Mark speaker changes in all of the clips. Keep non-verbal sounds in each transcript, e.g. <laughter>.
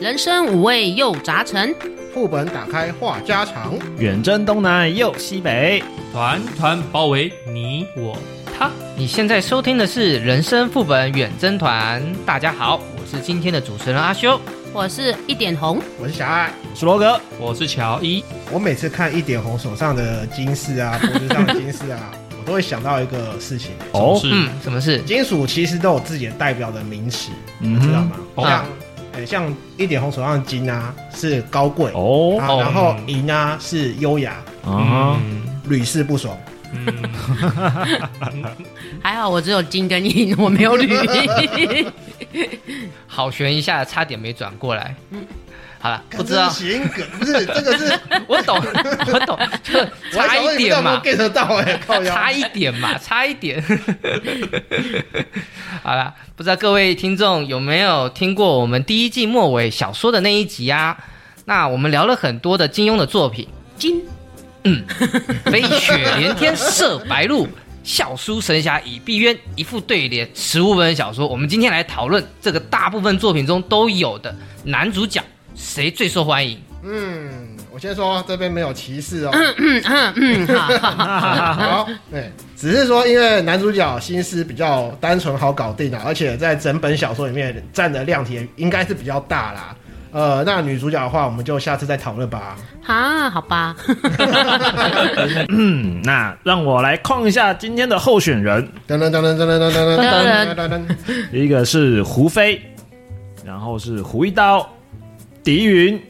Speaker 1: 人生五味又杂陈，
Speaker 2: 副本打开话家常，
Speaker 3: 远征东南又西北，
Speaker 4: 团团包围你我他。
Speaker 5: 你现在收听的是《人生副本远征团》，大家好，我是今天的主持人阿修。
Speaker 1: 我是一点红，
Speaker 2: 我是小爱。
Speaker 3: 我是罗格。
Speaker 4: 我是乔伊，
Speaker 2: 我每次看一点红手上的金饰啊，脖子上的金饰啊，我都会想到一个事情。
Speaker 4: 总
Speaker 3: 哦
Speaker 4: 是
Speaker 5: 嗯，什么事？
Speaker 2: 金属其实都有自己的代表的名词，
Speaker 3: 嗯
Speaker 2: 你
Speaker 3: 哼
Speaker 2: 知道吗？
Speaker 4: 哦
Speaker 2: 像，呃，像一点红手上的金啊是高贵，啊
Speaker 3: 哦，
Speaker 4: 哦
Speaker 2: 然后银啊是优雅，
Speaker 3: 啊
Speaker 2: 屡试不爽。
Speaker 5: 哦
Speaker 4: 嗯，
Speaker 1: 还好我只有金跟银， <laughs> 我没有
Speaker 4: <laughs>
Speaker 1: 铝。
Speaker 5: 好悬一下，差点没转过来。好了，不知
Speaker 2: 这
Speaker 5: 道
Speaker 2: 嗯是，谐音梗不是这个
Speaker 5: <laughs>
Speaker 2: 是，
Speaker 5: 我懂，我懂，就
Speaker 2: 我还想
Speaker 5: 差
Speaker 2: 说
Speaker 5: 一
Speaker 2: 你
Speaker 5: 点
Speaker 2: 们到底，有
Speaker 5: 嘛
Speaker 2: 没有 get 到哎，靠腰
Speaker 5: <laughs> 差一点嘛，差一点。 <laughs> 好了，不知道各位听众有没有听过我们第一季末尾小说的那一集啊？那我们聊了很多的金庸的作品，
Speaker 1: 金
Speaker 5: <laughs> 飞雪连天射白鹿，笑书神侠倚碧鸳，一副对联，十五本小说。我们今天来讨论这个大部分作品中都有的男主角谁最受欢迎？
Speaker 2: 嗯，我先说这边没有歧视
Speaker 5: <laughs>
Speaker 2: 哦。
Speaker 1: 嗯嗯嗯，好好好，
Speaker 3: 啊
Speaker 2: 好， <laughs> 对，只是说因为男主角心思比较单纯，好搞定啊，而且在整本小说里面占的量体应该是比较大啦。呃，那女主角的话，我们就下次再讨论吧。
Speaker 1: 啊，好吧， <laughs>
Speaker 3: 嗯，那让我来控一下今天的候选人，
Speaker 2: 噔噔噔噔噔噔噔噔噔噔噔，
Speaker 3: 一个是胡飞，然后是胡一刀、狄云、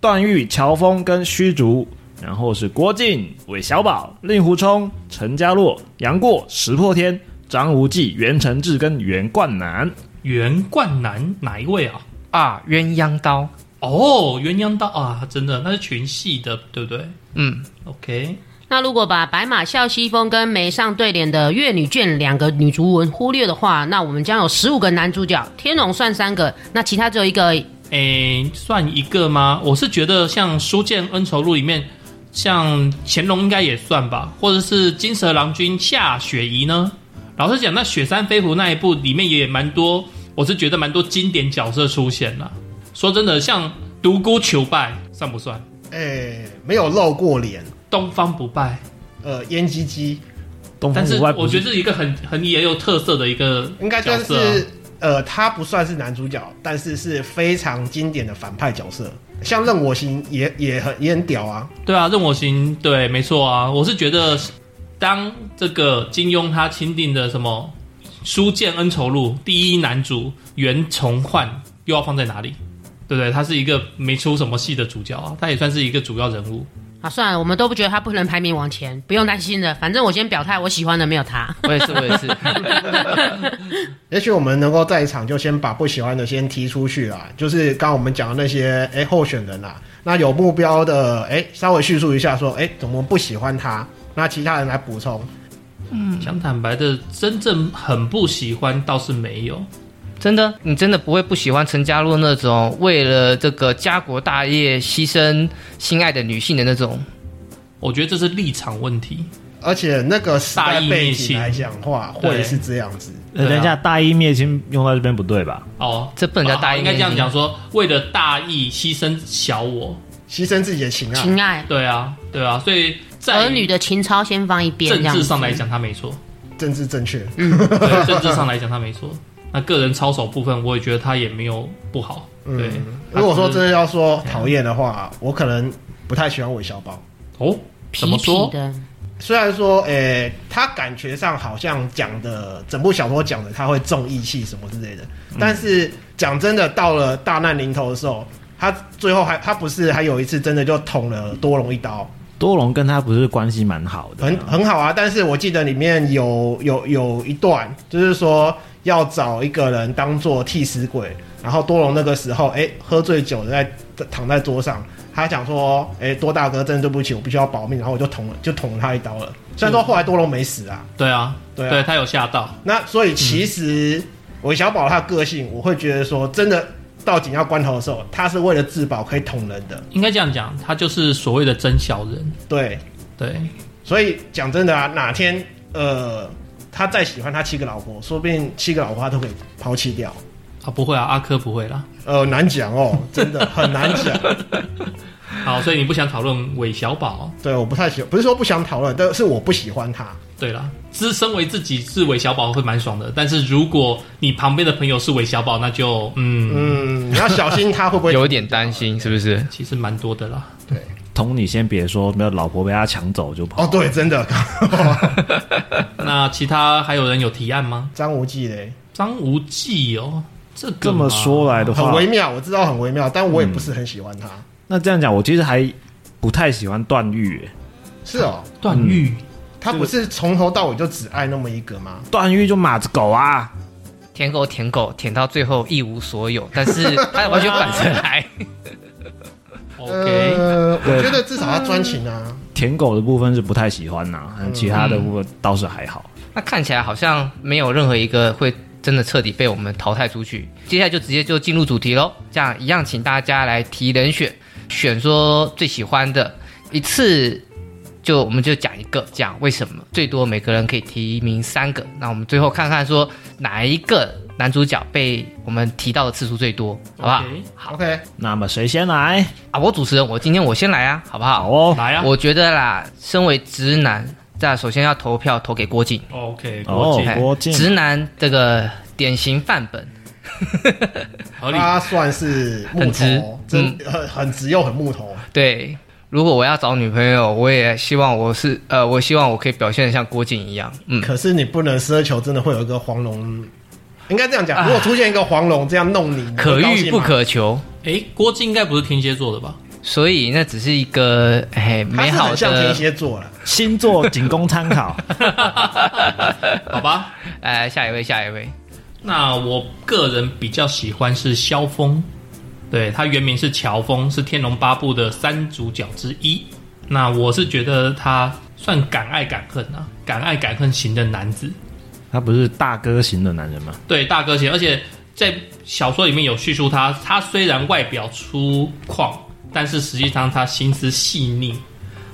Speaker 3: 段誉、乔峰跟虚竹，然后是郭靖、韦小宝、令狐冲、陈家洛、杨过、石破天、张无忌、袁承志跟袁冠南。
Speaker 4: 袁冠南哪一位啊？
Speaker 5: 啊，鸳鸯刀，
Speaker 4: 哦，鸳鸯刀啊，真的那是群戏的，对不对
Speaker 5: 嗯，
Speaker 4: ？OK，
Speaker 1: 那如果把白马啸西风跟没上对联的越女卷两个女主文忽略的话，那我们将有十五个男主角，天龙算三个，那其他只有一个而已。
Speaker 4: 诶、算一个吗？我是觉得像《书剑恩仇录》里面，像乾隆应该也算吧，或者是金蛇郎君夏雪宜呢？老实讲，那《雪山飞狐》那一部里面也蛮多，我是觉得蛮多经典角色出现了。说真的，像独孤求败算不算？
Speaker 2: <laughs> 哎，没有露过脸，
Speaker 4: 东方不败，
Speaker 2: 呃，烟鸡鸡
Speaker 3: 东方
Speaker 4: 但是
Speaker 3: 不败不
Speaker 4: 我
Speaker 3: 是
Speaker 4: 觉得是一个很很也有特色的一个
Speaker 2: 应该
Speaker 4: 角
Speaker 2: 算
Speaker 4: 色啊、
Speaker 2: 是呃，他不算是男主角，但是是非常经典的反派角色。像任我行也也很也很屌啊，
Speaker 4: 对啊，任我行，对，没错啊。我是觉得，当这个金庸他钦定的什么《书剑恩仇录》第一男主袁崇焕又要放在哪里？对不对？他是一个没出什么戏的主角啊，他也算是一个主要人物。
Speaker 1: 啊，算了，我们都不觉得他不能排名往前，不用担心了。反正我先表态，我喜欢的没有他。
Speaker 5: 我也是，我也 <laughs> 是。
Speaker 2: 也许我们能够在场就先把不喜欢的先提出去啦，就是刚刚我们讲的那些哎、诶候选人啦，那有目标的哎、诶稍微叙述一下说哎、诶怎么不喜欢他，那其他人来补充。
Speaker 1: 嗯
Speaker 4: 讲坦白的，真正很不喜欢倒是没有。
Speaker 5: 真的，你真的不会不喜欢陈家洛那种为了这个家国大业牺牲心爱的女性的那种。
Speaker 4: 我觉得这是立场问题。
Speaker 2: 而且那个时代背
Speaker 4: 大义灭亲
Speaker 2: 景来讲话，
Speaker 4: 对
Speaker 2: 会是这样子，
Speaker 4: 啊
Speaker 3: 呃等一下大义灭亲用到这边不对吧？
Speaker 4: 哦，
Speaker 5: 啊这不能叫大
Speaker 4: 哦
Speaker 5: 义
Speaker 4: 应该这样
Speaker 5: 灭亲
Speaker 4: 讲说，为了大义牺牲小我。
Speaker 2: 牺牲自己的情爱。
Speaker 1: 情爱，
Speaker 4: 对啊，对啊，所以在
Speaker 1: 儿女的情操先放一边，这
Speaker 4: 政
Speaker 1: 样
Speaker 4: 治
Speaker 1: 子
Speaker 4: 上来讲，他没错。
Speaker 2: 政治正确，
Speaker 4: 对，政治上来讲他没错。那个人操守部分，我也觉得他也没有不好。
Speaker 3: 嗯
Speaker 4: 对，
Speaker 2: 嗯如果说
Speaker 4: 他只
Speaker 2: 真
Speaker 4: 是
Speaker 2: 的要说讨厌的话，我可能不太喜欢韦小宝。
Speaker 4: 哦，
Speaker 1: 皮
Speaker 4: 怎么
Speaker 1: 皮
Speaker 4: 说？
Speaker 1: 的，
Speaker 2: 虽然说，诶、他感觉上好像讲的整部小说讲的他会重义气什么之类的，但是讲真的，到了大难临头的时候，他最后还他不是还有一次真的就捅了多隆一刀，
Speaker 3: 多隆跟他不是关系蛮好的
Speaker 2: 很
Speaker 3: 吗，
Speaker 2: 很好啊。但是我记得里面有有有一段，就是说要找一个人当做替死鬼，然后多隆那个时候，诶、喝醉酒的在躺在桌上，他讲说，诶、多大哥，真的对不起，我必须要保命，然后我就捅了就捅了他一刀了。虽然说后来多隆没死啊。
Speaker 4: 对啊，
Speaker 2: 对啊
Speaker 4: 他有吓到。
Speaker 2: 那所以其实韦小宝他的个性，我会觉得说，真的到紧要关头的时候，他是为了自保可以捅人的。
Speaker 4: 应该这样讲，他就是所谓的真小人。
Speaker 2: 对，
Speaker 4: 对，
Speaker 2: 所以讲真的啊，哪天呃他再喜欢他七个老婆，说不定七个老婆他都可以抛弃掉。
Speaker 4: 啊，不会啊，阿珂不会啦。
Speaker 2: 呃，难讲哦，真的很难讲。
Speaker 4: 好，所以你不想讨论韦小宝？
Speaker 2: 对，我不太喜，不是说不想讨论，但是我不喜欢他。
Speaker 4: 对啦，自身为自己是韦小宝会蛮爽的，但是如果你旁边的朋友是韦小宝，那就嗯，
Speaker 2: 嗯，你要小心他会不会
Speaker 5: 有点担心是不是？
Speaker 4: 其实蛮多的啦。
Speaker 3: 同你先别说，没有老婆被他抢走就跑。
Speaker 2: 哦，对，真的。
Speaker 4: 那其他还有人有提案吗？
Speaker 2: 张无忌嘞，
Speaker 4: 张无忌哦，这个
Speaker 3: 这么
Speaker 4: 嘛
Speaker 3: 说来的
Speaker 2: 啊很
Speaker 3: 话，
Speaker 2: 微妙，我知道很微妙，但我也不是很喜欢他。
Speaker 3: 那这样讲，我其实还不太喜欢段誉。哎
Speaker 2: 是哦，
Speaker 4: 段誉，
Speaker 2: 他不是从头到尾就只爱那么一个吗？
Speaker 3: 段誉就马子狗啊，
Speaker 5: 舔狗舔狗舔到最后一无所有，但是他完全反着来。
Speaker 3: 嗯
Speaker 4: OK，
Speaker 2: 呃，我
Speaker 3: 对
Speaker 2: 觉得至少他专情啊。
Speaker 3: 舔狗的部分是不太喜欢呐、其他的部分倒是还好。
Speaker 5: 那看起来好像没有任何一个会真的彻底被我们淘汰出去。接下来就直接就进入主题喽，这样一样，请大家来提人选，选说最喜欢的一次。就我们就讲一个，讲为什么最多每个人可以提名三个。那我们最后看看说哪一个男主角被我们提到的次数最多，好不好
Speaker 4: OK
Speaker 5: 好
Speaker 2: OK，
Speaker 3: 那么谁先来？
Speaker 5: 啊，我主持人，我今天我先来啊，好不好？
Speaker 3: 好哦，
Speaker 4: 来啊
Speaker 5: 我觉得啦，身为直男，那首先要投票投给郭靖。
Speaker 4: ，OK，
Speaker 3: 哦
Speaker 4: 国际
Speaker 5: 哎
Speaker 3: 郭靖
Speaker 5: 直男这个典型范本，
Speaker 4: 合理。
Speaker 2: 他算是木
Speaker 5: 很直
Speaker 2: 头，真很很直又很木头。
Speaker 5: 对。如果我要找女朋友，我也希望我是呃，我希望我可以表现得像郭靖一样，嗯，
Speaker 2: 可是你不能奢求真的会有一个黄龙，应该这样讲。如果出现一个黄龙这样弄你，你会
Speaker 5: 可
Speaker 2: 高
Speaker 5: 遇
Speaker 2: 兴
Speaker 5: 不
Speaker 2: 吗。
Speaker 5: 可求，
Speaker 4: 哎，郭靖应该不是天蝎座的吧？
Speaker 5: 所以那只是一个哎
Speaker 2: 他
Speaker 5: 美
Speaker 2: 是
Speaker 5: 好
Speaker 2: 很像天
Speaker 5: 的。
Speaker 2: 蝎座了，
Speaker 3: 星座仅供参
Speaker 2: <laughs>
Speaker 3: 考。啊
Speaker 4: 好吧，
Speaker 5: 哎，下一位，下一位，
Speaker 4: 那我个人比较喜欢是萧峰，对他原名是乔峰，是《天龙八部》的三主角之一。那我是觉得他算敢爱敢恨啊，敢爱敢恨型的男子，
Speaker 3: 他不是大哥型的男人吗？
Speaker 4: 对大哥型，而且在小说里面有叙述他，他虽然外表粗犷，但是实际上他心思细腻，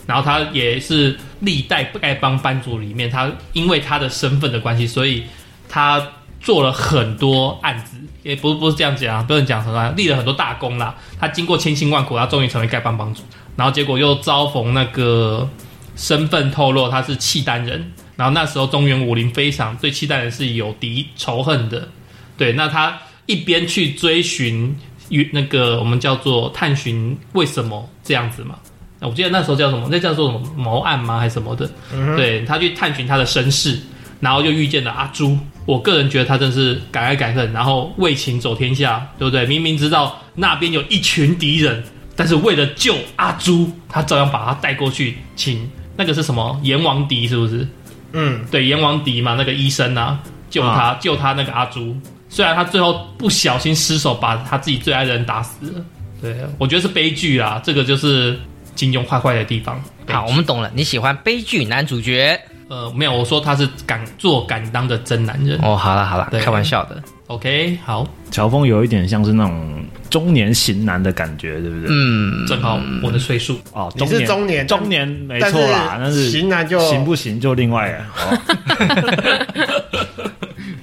Speaker 4: 然后他也是历代丐帮班主里面，他因为他的身份的关系，所以他做了很多案子，也不不是这样讲啊，不能讲什么啊，立了很多大功啦。他经过千辛万苦，他终于成为丐帮帮主，然后结果又遭逢那个身份透露他是契丹人，然后那时候中原武林非常对契丹人是有敌仇恨的，对，那他一边去追寻与那个我们叫做探寻为什么这样子嘛。我记得那时候叫什么？那叫做什么谋案吗？还是什么的？对他去探寻他的身世，然后又遇见了阿朱。我个人觉得他真是敢爱敢恨，然后为情走天下，对不对？明明知道那边有一群敌人，但是为了救阿朱，他照样把他带过去，请那个是什么阎王迪是不是？
Speaker 2: 嗯，
Speaker 4: 对，阎王迪嘛，那个医生啊，救他、救他那个阿朱，虽然他最后不小心失手把他自己最爱的人打死了，对我觉得是悲剧啦，这个就是金庸坏坏的地方。
Speaker 5: 好，我们懂了，你喜欢悲剧男主角
Speaker 4: 呃，没有，我说他是敢做敢当的真男人。
Speaker 5: 哦，好了好了，
Speaker 4: 对
Speaker 5: 开玩笑的，
Speaker 4: OK，好，
Speaker 3: 乔峰有一点像是那种中年型男的感觉，对不对？
Speaker 5: 嗯，
Speaker 4: 正好我的岁数。
Speaker 3: 哦，
Speaker 2: 你是中年
Speaker 3: 中年没错啦，
Speaker 2: 但
Speaker 3: 但
Speaker 2: 是
Speaker 3: 是
Speaker 2: 型男就
Speaker 3: 行不行就另外了。哦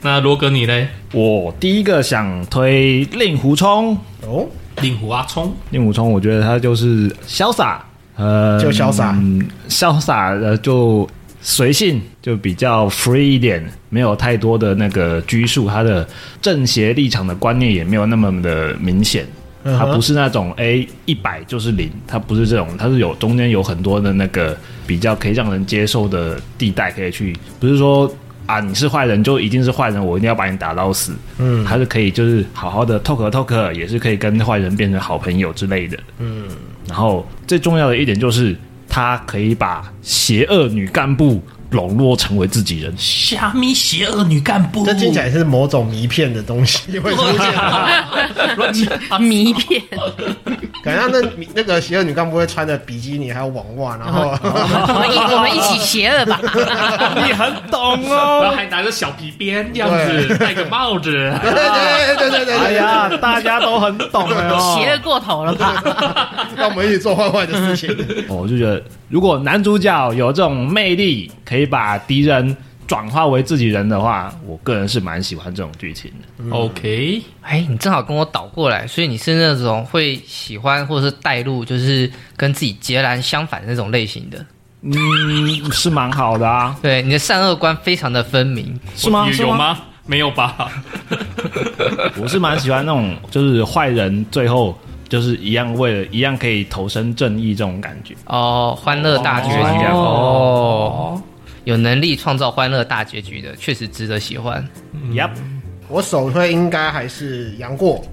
Speaker 4: 那罗哥你嘞？
Speaker 3: 我第一个想推令狐冲，
Speaker 2: 哦，
Speaker 4: 令狐阿冲，
Speaker 3: 令狐冲，我觉得他就是潇洒，呃，
Speaker 2: 就潇洒
Speaker 3: 嗯，潇洒的就随性，就比较 free 一点，没有太多的那个拘束，他的正邪立场的观念也没有那么的明显。
Speaker 2: 嗯
Speaker 3: 他
Speaker 2: 哼
Speaker 3: 不是那种哎一百就是零，他不是这种，他是有中间有很多的那个比较可以让人接受的地带可以去，不是说啊你是坏人就一定是坏人，我一定要把你打到死，
Speaker 2: 嗯
Speaker 3: 他是可以就是好好的 talk talk，也是可以跟坏人变成好朋友之类的。
Speaker 2: 嗯，
Speaker 3: 然后最重要的一点就是，他可以把邪恶女干部笼络成为自己人。
Speaker 4: 虾米邪恶女干
Speaker 5: <laughs>
Speaker 4: 部，
Speaker 2: 这听起来是某种迷片的东西会出现，
Speaker 1: 迷片，
Speaker 2: 感觉那那那个邪恶女干部会穿着比基尼还有网袜，然后
Speaker 1: 我们一我们一起邪恶 <laughs> 吧。
Speaker 3: 你很懂
Speaker 4: 然后
Speaker 3: 哦。
Speaker 4: 还拿着小皮鞭这样子，戴个帽子。
Speaker 2: 对对对对对
Speaker 3: <laughs> 哎
Speaker 2: 对
Speaker 3: 呀，大家都很懂哦。
Speaker 1: 邪恶过头了吧？
Speaker 2: 对，让我们一起做坏坏的事情。
Speaker 3: 哦我就觉得，如果男主角有这种魅力，可以把敌人转化为自己人的话，我个人是蛮喜欢这种剧情的。
Speaker 5: 嗯
Speaker 4: OK，
Speaker 5: 哎，你正好跟我倒过来，所以你是那种会喜欢或者是带入，就是跟自己截然相反的那种类型的。
Speaker 3: 嗯，是蛮好的啊，
Speaker 5: 对，你的善恶观非常的分明。
Speaker 3: 是吗？
Speaker 4: 有
Speaker 3: 是
Speaker 4: 有？吗？没有
Speaker 5: <laughs>
Speaker 4: 吧？
Speaker 3: 我是蛮喜欢那种，就是坏人最后就是一样为了一样可以投身正义这种感觉。
Speaker 5: 哦，欢乐大结局啊
Speaker 3: 哦
Speaker 5: 哦，有能力创造欢乐大结局的，确实值得喜欢。
Speaker 3: Yep，
Speaker 2: <laughs> 我首推应该还是杨过，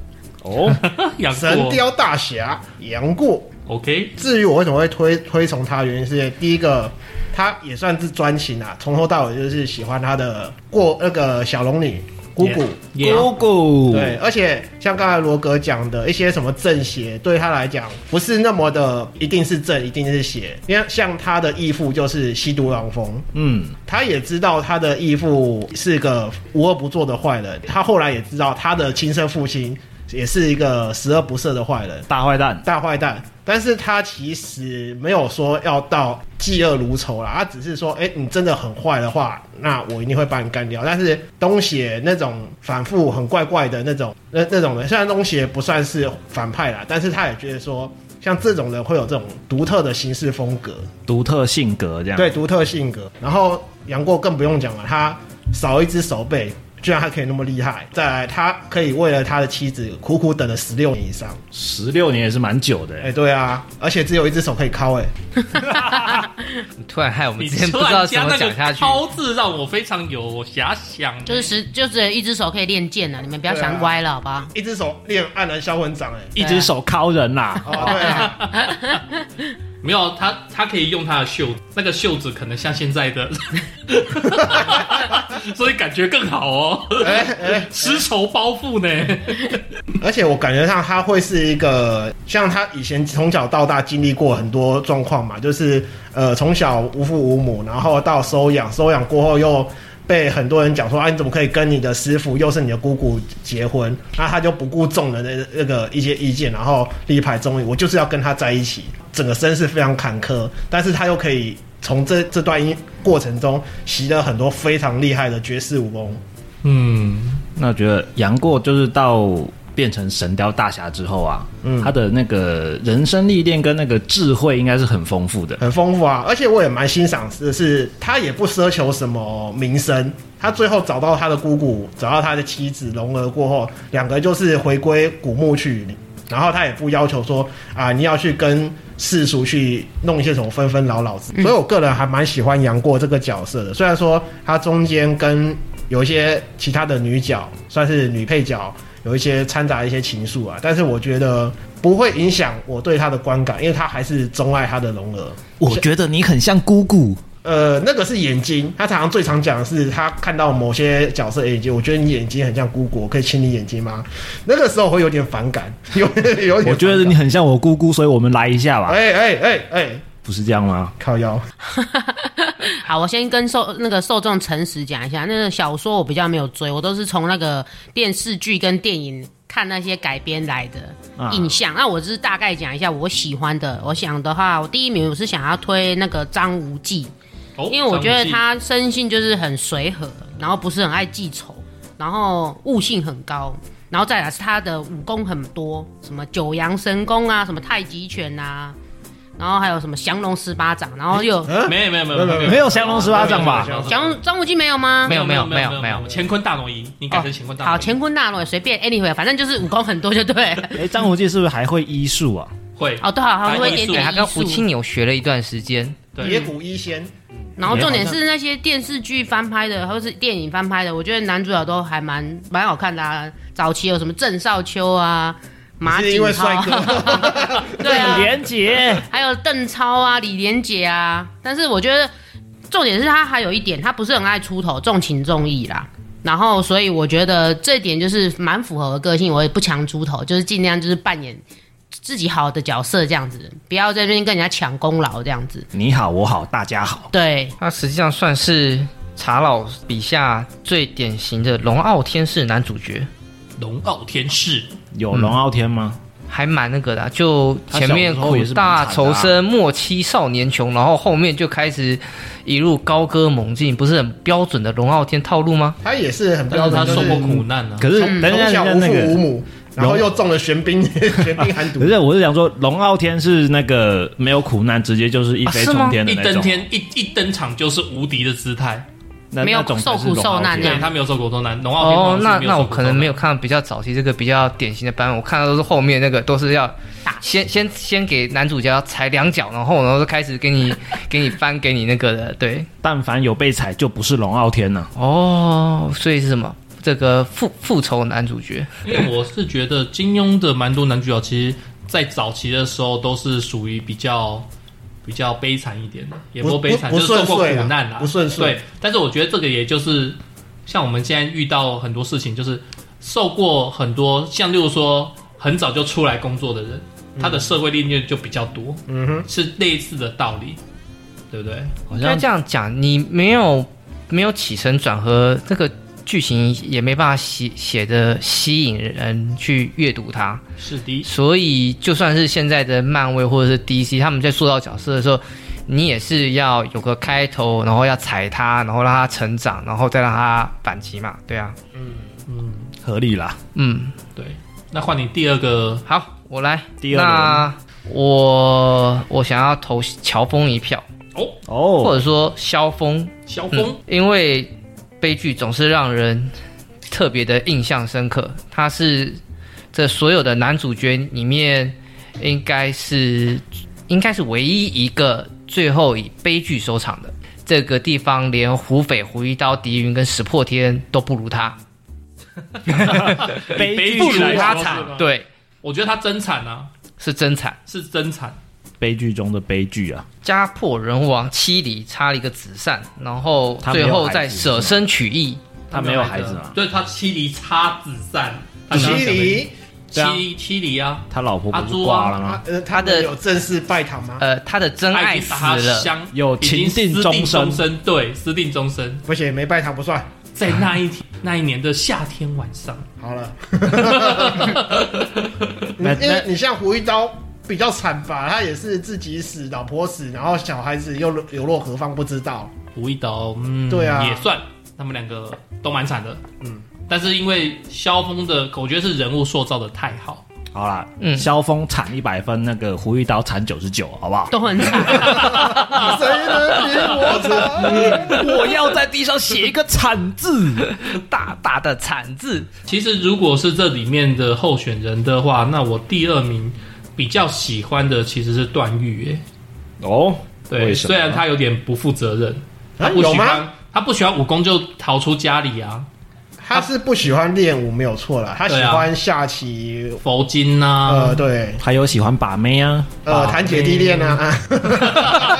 Speaker 3: 哦，
Speaker 4: <laughs> 养
Speaker 2: 《神
Speaker 4: 过
Speaker 2: 雕大侠》杨过。
Speaker 4: OK，
Speaker 2: 至于我为什么会推推崇他，原因是第一个，他也算是专情啊，从头到尾就是喜欢他的过那个小龙女姑姑。
Speaker 4: 也
Speaker 3: 姑姑，
Speaker 2: 对，，而且像刚才罗格讲的一些什么正邪，对他来讲不是那么的一定是正，一定是邪。因为像他的义父就是吸毒狼峰，
Speaker 3: 嗯，
Speaker 2: 他也知道他的义父是个无恶不作的坏人，他后来也知道他的亲生父亲也是一个十恶不赦的坏人。
Speaker 3: 大坏蛋，
Speaker 2: 大坏蛋，但是他其实没有说要到嫉恶如仇啦，他只是说，哎、你真的很坏的话，那我一定会把你干掉。但是东邪那种反复很怪怪的那种那那种人，虽然东邪不算是反派啦，但是他也觉得说，像这种人会有这种独特的行事风格，
Speaker 3: 独特性格这样。
Speaker 2: 对，独特性格。然后杨过更不用讲了，他少一只手背。居然还可以那么厉害！再来，他可以为了他的妻子苦苦等了十六年以上。
Speaker 3: 十六年也是蛮久的、
Speaker 2: 哎、对啊，而且只有一只手可以敲、哎，
Speaker 5: 你突然害我们
Speaker 4: 你
Speaker 5: 之前
Speaker 4: 突
Speaker 5: 不知道
Speaker 4: 然
Speaker 5: 怎
Speaker 4: 加
Speaker 5: 么
Speaker 4: 那
Speaker 5: 讲下
Speaker 4: 个“
Speaker 5: 去。
Speaker 4: 超”字，让我非常有遐想。
Speaker 1: <laughs> 就是十，就只有一只手可以练剑了，你们不要
Speaker 2: 对啊
Speaker 1: 想歪了，好吧？
Speaker 2: 一只手练黯然销魂掌、哎。
Speaker 3: <laughs> 一只手敲人啦、
Speaker 2: 哦，对啊，
Speaker 4: 没有他，他可以用他的袖，那个袖子可能像现在的，
Speaker 5: <laughs>
Speaker 4: <laughs> 所以感觉更好哦。
Speaker 2: 哎哎，
Speaker 4: 丝绸包覆呢？
Speaker 2: <laughs> 而且我感觉上他会是一个，像他以前从小到大经历过很多状况嘛，就是呃从小无父无母，然后到收养，收养过后又被很多人讲说啊，你怎么可以跟你的师傅又是你的姑姑结婚？那他就不顾众人的那个一些意见，然后力排众议，我就是要跟他在一起。整个身世非常坎坷，但是他又可以从这这段因过程中习了很多非常厉害的绝世武功。
Speaker 4: 嗯，
Speaker 3: 那我觉得杨过就是到变成神雕大侠之后啊，
Speaker 2: 嗯
Speaker 3: 他的那个人生历练跟那个智慧应该是很丰富的。
Speaker 2: 很丰富啊，而且我也蛮欣赏的是，他也不奢求什么名声，他最后找到他的姑姑，找到他的妻子龙儿过后，两个就是回归古墓去，然后他也不要求说啊，你要去跟世俗去弄一些什么纷纷扰扰之，所以我个人还蛮喜欢杨过这个角色的，虽然说他中间跟有一些其他的女角，算是女配角，有一些掺杂一些情愫啊，但是我觉得不会影响我对他的观感，因为他还是钟爱他的龙儿。
Speaker 3: 我觉得你很像姑姑，
Speaker 2: 呃，那个是眼睛，他常常最常讲的是他看到某些角色的眼睛，我觉得你眼睛很像姑姑，我可以亲你眼睛吗？那个时候我会有点反感， <laughs> 有有点反感。
Speaker 3: 我觉得你很像我姑姑，所以我们来一下吧，
Speaker 2: 哎哎哎哎，
Speaker 3: 不是这样吗？
Speaker 2: 靠腰，
Speaker 1: 好，我先跟受那个受众诚实讲一下，那个小说我比较没有追，我都是从那个电视剧跟电影看那些改编来的
Speaker 3: 啊
Speaker 1: 印象。那我只是大概讲一下我喜欢的。我想的话，我第一名我是想要推那个张无忌，
Speaker 4: 哦
Speaker 1: 因为我觉得
Speaker 4: 张
Speaker 1: 他生性就是很随和，然后不是很爱记仇，然后悟性很高，然后再来是他的武功很多，什么九阳神功啊，什么太极拳啊，然后还有什么降龙十八掌，然后又
Speaker 4: 无忌没有没有没有没
Speaker 3: 没有降龙十八掌吧？
Speaker 1: 降张无忌没有吗？
Speaker 5: 没有
Speaker 4: 没
Speaker 5: 没有
Speaker 4: 有
Speaker 5: 没有
Speaker 4: 乾坤大挪移，你改成乾坤大挪移
Speaker 1: 好，乾坤大挪移随便，anyway，反正就是武功很多就对了。
Speaker 3: 哎，张无忌是不是还会医术啊？
Speaker 4: 会
Speaker 1: 哦，对，好，还会一点
Speaker 5: 对，
Speaker 1: 点
Speaker 4: 哎
Speaker 5: 他跟
Speaker 1: 艺
Speaker 5: 胡
Speaker 1: 术。
Speaker 5: 青牛学了一段时间。
Speaker 2: 野
Speaker 4: 对，
Speaker 2: 谷一仙，
Speaker 1: 然后重点是那些电视剧翻拍的，或是电影翻拍的，我觉得男主角都还蛮蛮好看的、啊。早期有什么郑少秋啊、马
Speaker 2: 是因
Speaker 1: 景
Speaker 2: 为
Speaker 1: 涛
Speaker 2: 帅
Speaker 1: 啊，
Speaker 2: 哥。
Speaker 1: 对啊，
Speaker 2: <laughs>
Speaker 3: 连杰，
Speaker 1: <laughs> 还有邓超啊、李连杰啊。但是我觉得重点是他还有一点，他不是很爱出头，重情重义啦。然后，所以我觉得这点就是蛮符合我的个性，我也不强出头，就是尽量就是扮演自己好的角色这样子，不要在这边跟人家抢功劳这样子。
Speaker 3: 你好，我好，大家好。
Speaker 1: 对，
Speaker 5: 他实际上算是查老笔下最典型的龙傲天式男主角。
Speaker 4: 龙傲天士
Speaker 2: 嗯
Speaker 3: 有龙傲天吗？
Speaker 5: 还蛮那个的啊、就前面
Speaker 3: 他小时候
Speaker 5: 苦
Speaker 3: 也是蛮
Speaker 5: 大
Speaker 3: 惨的啊
Speaker 5: 仇深，莫欺少年穷，然后后面就开始一路高歌猛进，不是很标准的龙傲天套路吗？
Speaker 2: 他也是很
Speaker 4: 但
Speaker 2: 标
Speaker 4: 是
Speaker 2: 准，
Speaker 4: 他
Speaker 2: 就
Speaker 4: 受
Speaker 2: 是嗯
Speaker 4: 过苦难啊。
Speaker 3: 可是
Speaker 2: 从
Speaker 3: 等一
Speaker 2: 从
Speaker 3: 下
Speaker 2: 小
Speaker 3: 人
Speaker 2: 无
Speaker 3: 家那
Speaker 2: 父无
Speaker 3: 个，
Speaker 2: 母，然后又中了玄冰， <laughs> 玄冰寒毒
Speaker 3: <laughs> 可。是我是想说，龙傲天是那个没有苦难，直接就是一飞
Speaker 5: 啊是吗
Speaker 3: 冲天的
Speaker 4: 一
Speaker 3: 那
Speaker 4: 登
Speaker 3: 种，
Speaker 4: 天一一登场就是无敌的姿态，
Speaker 3: 那
Speaker 1: 没有
Speaker 3: 那种才
Speaker 1: 受
Speaker 3: 是
Speaker 1: 苦
Speaker 3: 龙傲
Speaker 1: 受难
Speaker 3: 天
Speaker 1: 这样
Speaker 4: 对他没有受过多难。龙傲天好
Speaker 5: 哦
Speaker 4: 像，是
Speaker 5: 那
Speaker 4: 没有
Speaker 5: 那
Speaker 4: 受
Speaker 5: 我
Speaker 4: 过
Speaker 5: 可能
Speaker 4: 多
Speaker 5: 没有
Speaker 4: 难。
Speaker 5: 看到比较早期这个比较典型的版本，我看到都是后面那个都是要先先先给男主角踩两脚，然后然后就开始给 <laughs> 你给你翻给你那个的，对，
Speaker 3: 但凡有被踩，就不是龙傲天了、
Speaker 5: 哦，所以是什么？这个复复仇男主角，
Speaker 4: 因为我是觉得金庸的蛮多男主角，其实在早期的时候都是属于比较比较悲惨一点的，也
Speaker 2: 不
Speaker 4: 是悲惨，
Speaker 2: 不
Speaker 4: 就是受
Speaker 2: 不
Speaker 4: 过
Speaker 2: 顺遂
Speaker 4: 苦
Speaker 2: 啦
Speaker 4: 难啦，
Speaker 2: 不顺遂
Speaker 4: 对，但是我觉得这个也就是像我们现在遇到很多事情，就是受过很多，像例如说很早就出来工作的人，他的社会历练就比较多，
Speaker 2: 嗯哼，
Speaker 4: 是类似的道理，对不对？
Speaker 3: 好
Speaker 5: 那
Speaker 3: 像
Speaker 5: 这样讲，你没有没有起承转合，这个剧情也没办法写写的吸引人去阅读它。
Speaker 4: 是的，
Speaker 5: 所以，就算是现在的漫威或者是 DC，他们在塑造角色的时候，你也是要有个开头，然后要踩他，然后让他成长，然后再让他反击嘛，对啊，
Speaker 4: 嗯，
Speaker 3: 合理啦。
Speaker 5: 嗯，
Speaker 4: 对。那换你第二个
Speaker 5: 好，我来，
Speaker 3: 第二轮
Speaker 5: 那我我想要投乔峰一票，
Speaker 4: 哦，
Speaker 5: 或
Speaker 3: 哦，
Speaker 5: 者说萧峰，
Speaker 4: 萧峰。
Speaker 5: 嗯，因为悲剧总是让人特别的印象深刻，他是这所有的男主角里面应该是应该是唯一一个最后以悲剧收场的。这个地方连胡斐、胡一刀、狄云跟石破天都不如他，
Speaker 3: 悲
Speaker 4: 悲
Speaker 3: 剧
Speaker 4: 剧
Speaker 3: 来
Speaker 4: 来
Speaker 3: 说
Speaker 4: 说
Speaker 5: 他
Speaker 4: 是
Speaker 5: 惨
Speaker 4: 吗，
Speaker 5: 对，
Speaker 4: 我觉得他真惨啊，
Speaker 5: 是真惨。
Speaker 4: 是真惨。
Speaker 3: 悲剧中的悲剧啊，
Speaker 5: 家破人亡，妻离，差了一个子善，然后
Speaker 3: 他没有
Speaker 5: 最后
Speaker 3: 孩
Speaker 5: 再
Speaker 3: 子
Speaker 5: 舍
Speaker 3: 是吗
Speaker 5: 身取义，
Speaker 3: 他没有孩子啊嘛，
Speaker 4: 对他妻离插子散，他刚
Speaker 2: 西
Speaker 4: 刚讲的
Speaker 2: 离，
Speaker 3: 对啊
Speaker 4: 妻离妻离啊，
Speaker 3: 他老婆
Speaker 4: 阿
Speaker 3: 不是
Speaker 4: 朱啊
Speaker 3: 挂了
Speaker 2: 他
Speaker 3: 吗？
Speaker 2: 呃
Speaker 5: 他
Speaker 2: 他
Speaker 5: 的
Speaker 2: 们有正式拜堂吗？
Speaker 5: 呃，他的真
Speaker 4: 他
Speaker 5: 爱
Speaker 4: 已经
Speaker 5: 死
Speaker 4: 把他
Speaker 5: 了，
Speaker 4: 相
Speaker 3: 有
Speaker 4: 已经
Speaker 3: 情定
Speaker 4: 私
Speaker 3: 终
Speaker 4: 定
Speaker 3: 身
Speaker 4: 终身，对，私定终身。
Speaker 2: 不行，没拜堂不算。
Speaker 4: 在那一天
Speaker 3: 嗯
Speaker 4: 那一年的夏天晚
Speaker 3: <laughs>
Speaker 4: 上，
Speaker 2: 好了，你
Speaker 3: 那
Speaker 2: 因为
Speaker 3: 那
Speaker 2: 你像胡一刀比较惨吧，他也是自己死，老婆死，然后小孩子又流流落何方不知道。
Speaker 4: 胡一刀，嗯，
Speaker 2: 对啊
Speaker 4: 也算，他们两个都蛮惨的，
Speaker 2: 嗯
Speaker 4: 嗯。但是因为萧峰的，我觉得是人物塑造的太好，
Speaker 3: 好啦，
Speaker 5: 嗯
Speaker 3: 萧峰惨一百分，那个胡一刀惨九十九，好不好？ <laughs>
Speaker 1: 都很惨。
Speaker 2: 谁能比我惨？
Speaker 5: 我要在地上写一个惨字，大大的惨字。
Speaker 4: 其实如果是这里面的候选人的话，那我第二名比较喜欢的其实是段誉，诶，
Speaker 3: 哦，
Speaker 4: 对，
Speaker 3: 为什么
Speaker 4: 虽然他有点不负责任，他
Speaker 2: 啊
Speaker 4: 不
Speaker 2: 有
Speaker 4: 喜
Speaker 2: 吗？
Speaker 4: 欢，他不喜欢武功就逃出家里啊，
Speaker 2: 他是不喜欢练武没有错啦，他喜
Speaker 4: 对啊
Speaker 2: 欢下棋。
Speaker 4: 佛经啊呐、
Speaker 2: 呃，对，
Speaker 3: 他有喜欢把妹啊，
Speaker 2: 呃，谈姐弟恋啊，啊
Speaker 4: <laughs>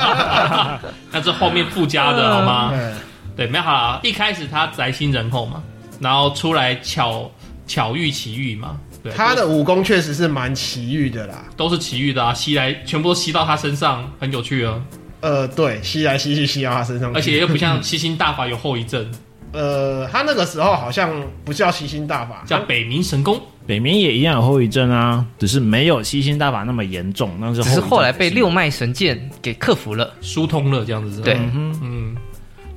Speaker 4: 那这后面附加的好
Speaker 2: <laughs>
Speaker 4: 吗？
Speaker 2: 嗯
Speaker 4: 对，没有好啦，一开始他宅心仁厚嘛，然后出来巧巧遇奇遇嘛，对，
Speaker 2: 他
Speaker 4: 都
Speaker 2: 的武功确实是蛮奇遇的啦。
Speaker 4: 都是奇遇的啊，吸来全部都吸到他身上，很有趣啊，
Speaker 2: 呃，对，吸来吸去吸到他身上去，
Speaker 4: 而且又不像吸星大法有后遗症，
Speaker 2: 呃，他那个时候好像不叫吸星大法，
Speaker 4: 叫北冥神功，
Speaker 3: 北冥也一样有后遗症啊，只是没有吸星大法那么严重，但是
Speaker 5: 只是后来被
Speaker 3: 六
Speaker 5: 六脉神剑给克服了。
Speaker 4: 疏通了这样子，
Speaker 5: 对，
Speaker 4: 嗯，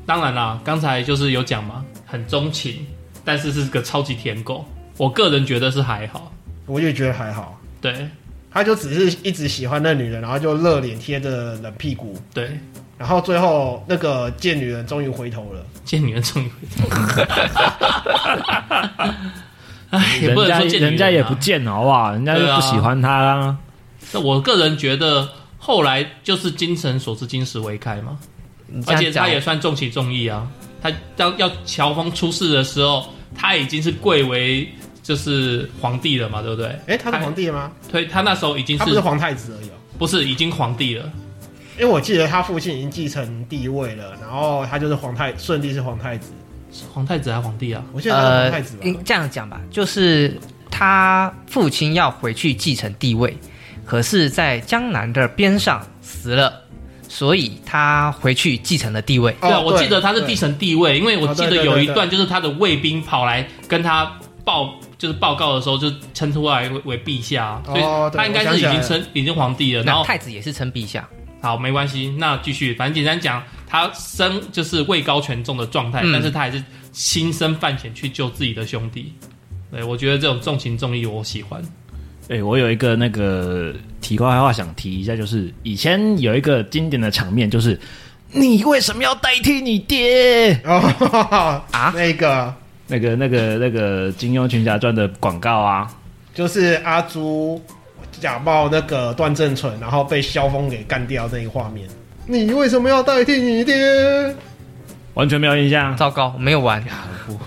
Speaker 4: 当然啦，刚才就是有讲嘛，很钟情，但是是个超级舔狗，我个人觉得是还好，
Speaker 2: 我就觉得还好。
Speaker 4: 对
Speaker 2: 他就只是一直喜欢那女人，然后就热脸贴着冷屁股，
Speaker 4: 对，
Speaker 2: 然后最后那个贱女人终于回头了。
Speaker 4: 见女人终于 <laughs> 回头，哎，也
Speaker 3: 人
Speaker 4: 不能
Speaker 3: 家
Speaker 4: 说见女人、啊，
Speaker 3: 人家也 <laughs> 不见好不好？人家就
Speaker 4: 对啊
Speaker 3: 不喜欢他啊。
Speaker 4: 那我个人觉得，后来就是精神所至，金石为开嘛。
Speaker 5: 你这
Speaker 4: 而且
Speaker 5: 样
Speaker 4: 他
Speaker 5: 讲，
Speaker 4: 也算重情重义啊。他当要乔峰出事的时候，他已经是贵为就是皇帝了嘛，对不对？
Speaker 2: 哎，他是皇帝吗？
Speaker 4: 对，他那时候已经
Speaker 2: 他
Speaker 4: 是
Speaker 2: 不是皇太子而已、哦，
Speaker 4: 不是已经皇帝了？
Speaker 2: 因为我记得他父亲已经继承帝位了，然后他就是皇太，顺帝是皇太子，
Speaker 4: 是皇太子还是皇帝啊？
Speaker 2: 我记得他是皇
Speaker 5: 呃
Speaker 2: 太子，吧？
Speaker 5: 应这样讲吧，就是他父亲要回去继承帝位，可是，在江南的边上死了，所以他回去继承了帝位。
Speaker 4: 呃对啊，我记得他是
Speaker 2: 哦对
Speaker 4: 继承帝位，因为我记
Speaker 2: 哦对对
Speaker 4: 得有一
Speaker 2: 对
Speaker 4: 段就是他的卫兵跑来跟他报就是报告的时候就称出来为为陛下，啊所以
Speaker 2: 哦对
Speaker 4: 他应该
Speaker 2: 我想
Speaker 4: 是已
Speaker 2: 起来
Speaker 4: 经
Speaker 2: 了
Speaker 4: 称已经皇帝了。然
Speaker 5: 那
Speaker 4: 后
Speaker 5: 太子也是称陛下，
Speaker 4: 好，没关系，那继续，反正简单讲，他身就是位高权重的状态，
Speaker 5: 嗯
Speaker 4: 但是他还是亲身犯险去救自己的兄弟。对，我觉得这种重情重义我喜欢。
Speaker 3: 哎、我有一个那个题外话想提一下，就是以前有一个经典的场面，就是你为什么要代替你爹？
Speaker 2: 哦 <laughs>
Speaker 5: 啊
Speaker 2: 那个
Speaker 3: 那个、那个、那个《金庸群侠传》的广告啊，
Speaker 2: 就是阿朱假冒那个段正淳，然后被萧峰给干掉那一画面。你为什么要代替你爹？
Speaker 3: 完全没有印
Speaker 4: 哦
Speaker 3: 象。
Speaker 5: 糟糕，没有玩。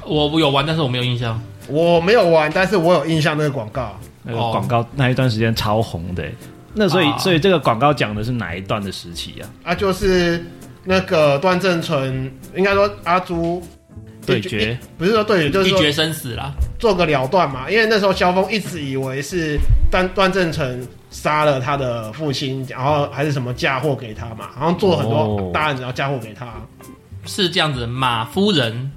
Speaker 4: 我我有玩，但是我没有印象。
Speaker 2: 我没有玩，但是我有印象那个广告。
Speaker 3: 那个广告那一段时间超红的、那所以、
Speaker 4: 啊
Speaker 3: 所以这个广告讲的是哪一段的时期啊？
Speaker 2: 啊，就是那个段正淳，应该说阿朱
Speaker 3: 对决，
Speaker 2: 不是说对决，就是
Speaker 4: 一
Speaker 2: 说
Speaker 4: 决生死啦，
Speaker 2: 做个了断嘛。因为那时候萧峰一直以为是段段正淳杀了他的父亲，然后还是什么嫁祸给他嘛，好像做了很
Speaker 3: 哦
Speaker 2: 多大案子要嫁祸给他。
Speaker 4: 是这样子的。马夫人，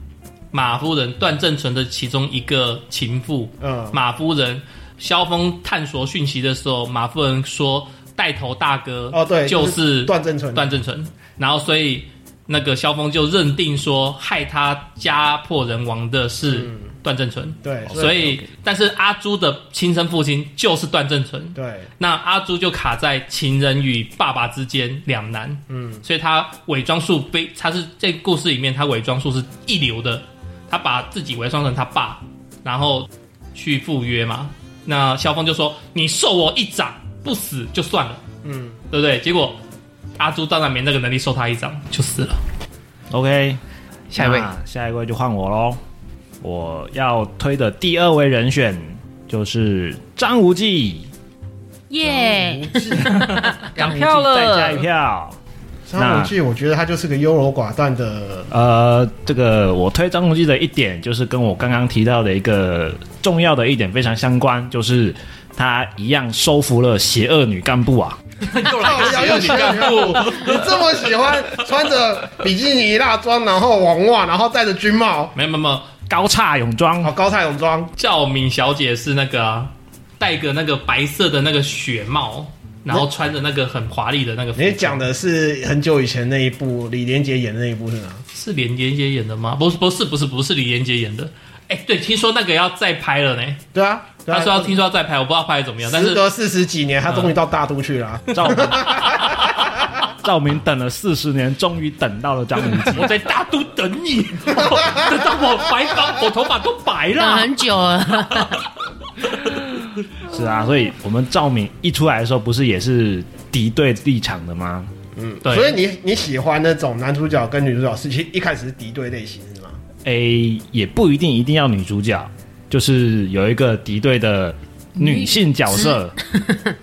Speaker 4: 马夫人，段正淳的其中一个情妇，
Speaker 2: 嗯，
Speaker 4: 马夫人，萧峰探索讯息的时候，马夫人说带头大哥
Speaker 2: 哦对，
Speaker 4: 就
Speaker 2: 就是段正淳。
Speaker 4: 段正淳，然后所以那个萧峰就认定说害他家破人亡的是
Speaker 2: 嗯哦
Speaker 4: 段正淳，
Speaker 2: 对，
Speaker 4: 所以但是阿朱的亲生父亲就是段正淳，
Speaker 2: 对，
Speaker 4: 那阿朱就卡在情人与爸爸之间两难，
Speaker 2: 嗯。
Speaker 4: 所以他伪装术被他是这故事里面他伪装术是一流的，他把自己伪装成他爸，然后去赴约嘛。那萧峰就说：“你受我一掌，不死就算了，
Speaker 2: 嗯，
Speaker 4: 对不对？”结果阿朱当然没那个能力受他一掌，就死了。
Speaker 3: OK，
Speaker 5: 下一位，
Speaker 3: 那下一位就换我喽。我要推的第二位人选就是张无忌，
Speaker 1: 耶、
Speaker 5: 两票
Speaker 3: 再加一
Speaker 5: 了，
Speaker 3: 票。
Speaker 2: 张无忌，我觉得他就是个优柔寡断的，
Speaker 3: 呃，这个我推张无忌的一点，就是跟我刚刚提到的一个重要的一点非常相关，就是他一样收服了邪恶女干部啊。
Speaker 2: <laughs>
Speaker 4: 又来
Speaker 2: 要
Speaker 4: 个
Speaker 2: 用
Speaker 4: 女
Speaker 2: 邪恶
Speaker 4: 干
Speaker 2: 女
Speaker 4: 部，
Speaker 2: <laughs> 你这么喜欢穿着比基尼、辣装，然后网袜，然后戴着军帽，哦
Speaker 4: 没有没有没有，
Speaker 3: 高叉泳装
Speaker 5: <laughs>
Speaker 2: 好，高菜泳装，
Speaker 4: 赵敏小姐是那个、啊、戴个那个白色的那个雪帽，然后穿着那个很华丽的那个服装。
Speaker 2: 你讲的是很久以前那一部李连杰演的那一部是吗？
Speaker 4: 是连杰杰演的吗？不是，不是，不是，不是李连杰演的。哎、对，听说那个要再拍了呢。
Speaker 2: 对啊，对啊
Speaker 4: 他说要听说要再拍，我不知道拍的怎么样，但
Speaker 2: 时
Speaker 4: 是
Speaker 2: 隔四十几年，他终于到大都去了啊、
Speaker 3: 赵敏，赵敏等了四十年，终于等到了张无忌。
Speaker 4: 我在大都等你， <laughs> 等到我白发，我头发都白
Speaker 1: 等
Speaker 4: 了。
Speaker 1: 很久了，
Speaker 5: <laughs>
Speaker 3: 是啊，所以我们赵敏一出来的时候，不是也是敌对立场的吗？
Speaker 1: 嗯
Speaker 4: 对，
Speaker 2: 所以你你喜欢那种男主角跟女主角是其实一开始是敌对类型是吗？
Speaker 3: 诶、也不一定一定要女主角，就是有一个敌对的女性角色， <laughs>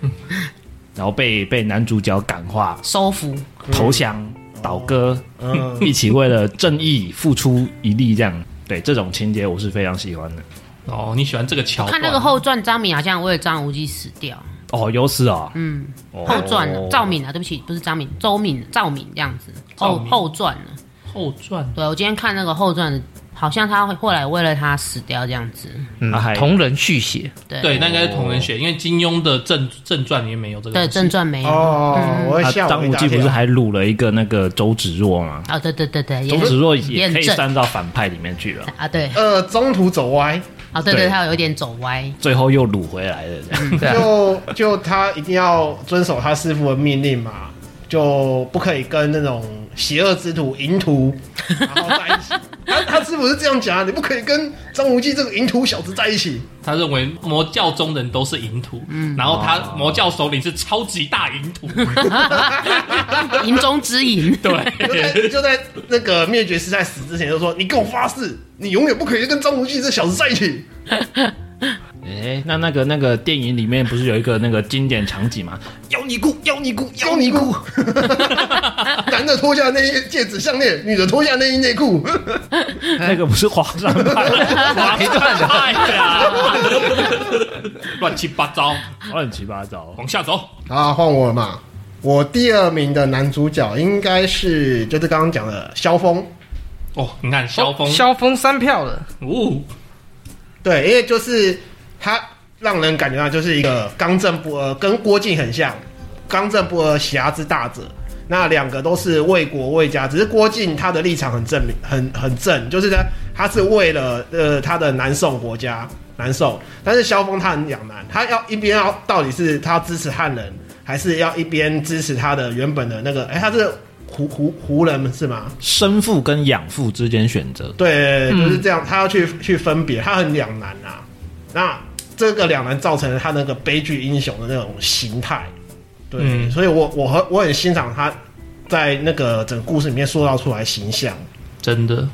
Speaker 3: 然后被被男主角感化，
Speaker 1: 收服。
Speaker 3: 投降、倒戈，
Speaker 2: 嗯，
Speaker 3: <laughs> 一起为了正义付出一力，这样。对这种情节，我是非常喜欢的。
Speaker 4: 哦，你喜欢这个桥
Speaker 1: 我
Speaker 4: 段？
Speaker 1: 看那个后传，张敏好像为了张无忌死掉。
Speaker 3: 哦，有史哦，
Speaker 1: 嗯，
Speaker 3: 哦
Speaker 1: 后传了赵敏啊，对不起，不是张敏，周敏、啊赵敏这样子。
Speaker 4: 赵
Speaker 1: 后
Speaker 4: 敏
Speaker 1: 后传了，
Speaker 4: 后传，
Speaker 1: 对我今天看那个后传，好像他会后来为了他死掉这样子。
Speaker 5: 嗯
Speaker 3: 啊还，
Speaker 5: 同人续写，
Speaker 1: 对
Speaker 4: 对，那应该是同人写，因为金庸的正正传里面没有这个。
Speaker 1: 对，正传没
Speaker 4: 嗯
Speaker 1: 有。
Speaker 2: 哦，我会
Speaker 3: 啊
Speaker 2: 吓我
Speaker 3: 张
Speaker 2: 一
Speaker 3: 无
Speaker 2: 大
Speaker 3: 忌不
Speaker 2: 跳
Speaker 3: 是。还掳了一个那个周芷若吗？
Speaker 1: 哦，对对对对，
Speaker 3: 周
Speaker 1: 也
Speaker 3: 芷
Speaker 1: 是
Speaker 3: 若也可以
Speaker 1: 验证
Speaker 3: 算到反派里面去了，
Speaker 1: 啊，对，
Speaker 2: 呃，中途走歪，
Speaker 1: 哦对
Speaker 3: 对
Speaker 1: 对，他有一点走歪。 <laughs>
Speaker 3: 最后又掳回来了。这样
Speaker 5: 对啊，
Speaker 2: 就就他一定要遵守他师傅的命令嘛，就不可以跟那种邪恶之徒、淫徒然后在 <laughs> 一起。他他师傅是这样讲啊，你不可以跟张无忌这个淫徒小子在一起。
Speaker 4: 他认为魔教中人都是淫徒，
Speaker 1: 嗯
Speaker 4: 然后他
Speaker 3: 哦
Speaker 4: 魔教首领是超级大淫徒，
Speaker 2: 嗯
Speaker 1: 银中之银，
Speaker 2: 就在就在那个灭绝师太死之前，就说你跟我发誓，你永远不可以跟张无忌这小子在一起。
Speaker 3: <laughs> 哎，那那个那个电影里面不是有一个那个经典场景吗？
Speaker 2: 妖尼姑，妖尼姑，妖尼姑。 <laughs> 男的脱下内衣戒指项链，女的脱下内衣内裤。
Speaker 3: 那个不是皇上派
Speaker 4: <laughs> 哪一段呀？乱七八糟，
Speaker 3: 乱七八糟。
Speaker 4: 往下走。
Speaker 2: 好，换我了嘛。我第二名的男主角应该是就是刚刚讲的萧峰，
Speaker 4: 哦，你看萧峰，
Speaker 5: 萧峰三票了，
Speaker 4: 哦，
Speaker 2: 对，因为就是他让人感觉到就是一个刚正不阿，跟郭靖很像，刚正不阿，侠之大者。那两个都是为国为家，只是郭靖他的立场很正明，很很正，就是他他是为了呃他的南宋国家南宋，但是萧峰他很两难，他要一边要到底是他支持汉人，还是要一边支持他的原本的那个，哎、他是胡胡胡人是吗？
Speaker 3: 生父跟养父之间选择，
Speaker 2: 对，
Speaker 4: 嗯
Speaker 2: 就是这样，他要去去分别，他很两难啊。那这个两难造成了他那个悲剧英雄的那种形态，对，
Speaker 4: 嗯
Speaker 2: 所以我我很我很欣赏他在那个整个故事里面塑造出来的形象。
Speaker 4: 真的，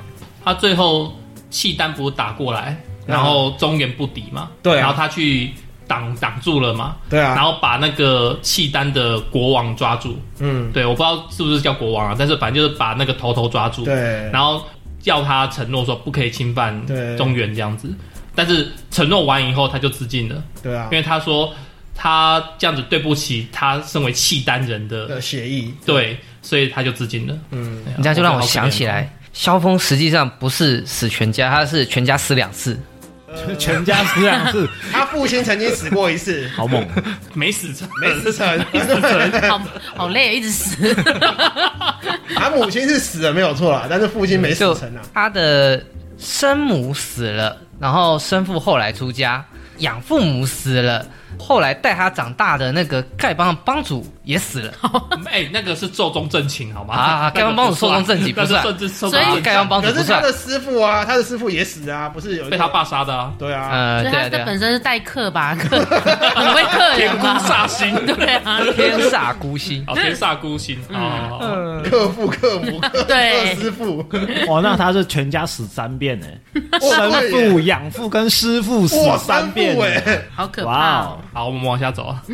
Speaker 4: 他最后契丹不是打过来，然后中原不敌嘛，
Speaker 2: 啊对啊
Speaker 4: 然后他去挡挡住了嘛，
Speaker 2: 对啊，
Speaker 4: 然后把那个契丹的国王抓住，
Speaker 2: 嗯，
Speaker 4: 对，我不知道是不是叫国王啊，但是反正就是把那个头头抓住，
Speaker 2: 对，
Speaker 4: 然后要他承诺说不可以侵犯
Speaker 2: 对
Speaker 4: 中原这样子，但是承诺完以后他就自尽了，
Speaker 2: 对啊
Speaker 4: 因，为他说他这样子对不起他身为契丹人的
Speaker 2: 的协议，
Speaker 4: 对，所以他就自尽了。
Speaker 2: 嗯，
Speaker 4: 对啊
Speaker 5: 你这样就让我想起，来，萧峰实际上不是死全家，他是全家死两次。
Speaker 3: 全家死两次，，
Speaker 2: 他父亲曾经死过一
Speaker 4: <laughs>
Speaker 2: 次
Speaker 3: 好 <laughs> 猛！
Speaker 4: 没死成，
Speaker 2: 没死成，
Speaker 1: <laughs>
Speaker 2: <laughs>
Speaker 1: 好好累，一直死。
Speaker 2: 他母亲是死了没有错啦，但是父亲没死
Speaker 5: 就
Speaker 2: 成啊。
Speaker 5: 他的生母死了，然后生父后来出家，养父母死了，后来带他长大的那个丐帮的帮主也死
Speaker 1: <laughs>
Speaker 5: 了。
Speaker 4: <laughs> 哎，那个是寿终正寝，好吗？
Speaker 5: 啊
Speaker 4: <laughs> 那个
Speaker 5: 丐帮帮主
Speaker 4: 不算
Speaker 5: 寿终正寝不
Speaker 4: <laughs> 那是
Speaker 5: 啊算
Speaker 4: 甚至寿终
Speaker 1: 所以
Speaker 5: 然后
Speaker 4: 正
Speaker 5: 丐帮帮主
Speaker 2: 可
Speaker 5: 不
Speaker 2: 是他
Speaker 5: 算，
Speaker 2: 的师傅啊，他的师傅也死啊，不是有一
Speaker 4: 寝
Speaker 2: 个
Speaker 4: 被他爸杀的
Speaker 5: <laughs>
Speaker 4: 啊，
Speaker 2: 对啊，
Speaker 5: 呃，
Speaker 1: 所以他
Speaker 5: 对啊对
Speaker 1: 这
Speaker 5: 啊，
Speaker 1: <laughs> 本身是代课吧，课 <laughs> 很会克
Speaker 4: 天
Speaker 1: 人
Speaker 4: 孤
Speaker 1: 吧？
Speaker 4: 煞星，。
Speaker 1: 对啊，
Speaker 5: 天煞孤星
Speaker 4: <laughs> 哦，天煞孤星
Speaker 5: 嗯
Speaker 4: 哦，哦哦
Speaker 2: 克父克母
Speaker 4: <laughs>
Speaker 2: 克克
Speaker 1: 对
Speaker 2: 师傅，
Speaker 3: 哇，哦那他是全家死三遍呢，
Speaker 2: 哇
Speaker 3: 生父、养父跟师父死
Speaker 2: 哇
Speaker 3: 三遍欸
Speaker 2: 哎、
Speaker 3: 呢，
Speaker 1: 好可
Speaker 3: 哇
Speaker 1: 怕哦！
Speaker 3: 哦！
Speaker 4: 好，我们往下走啊。 <laughs>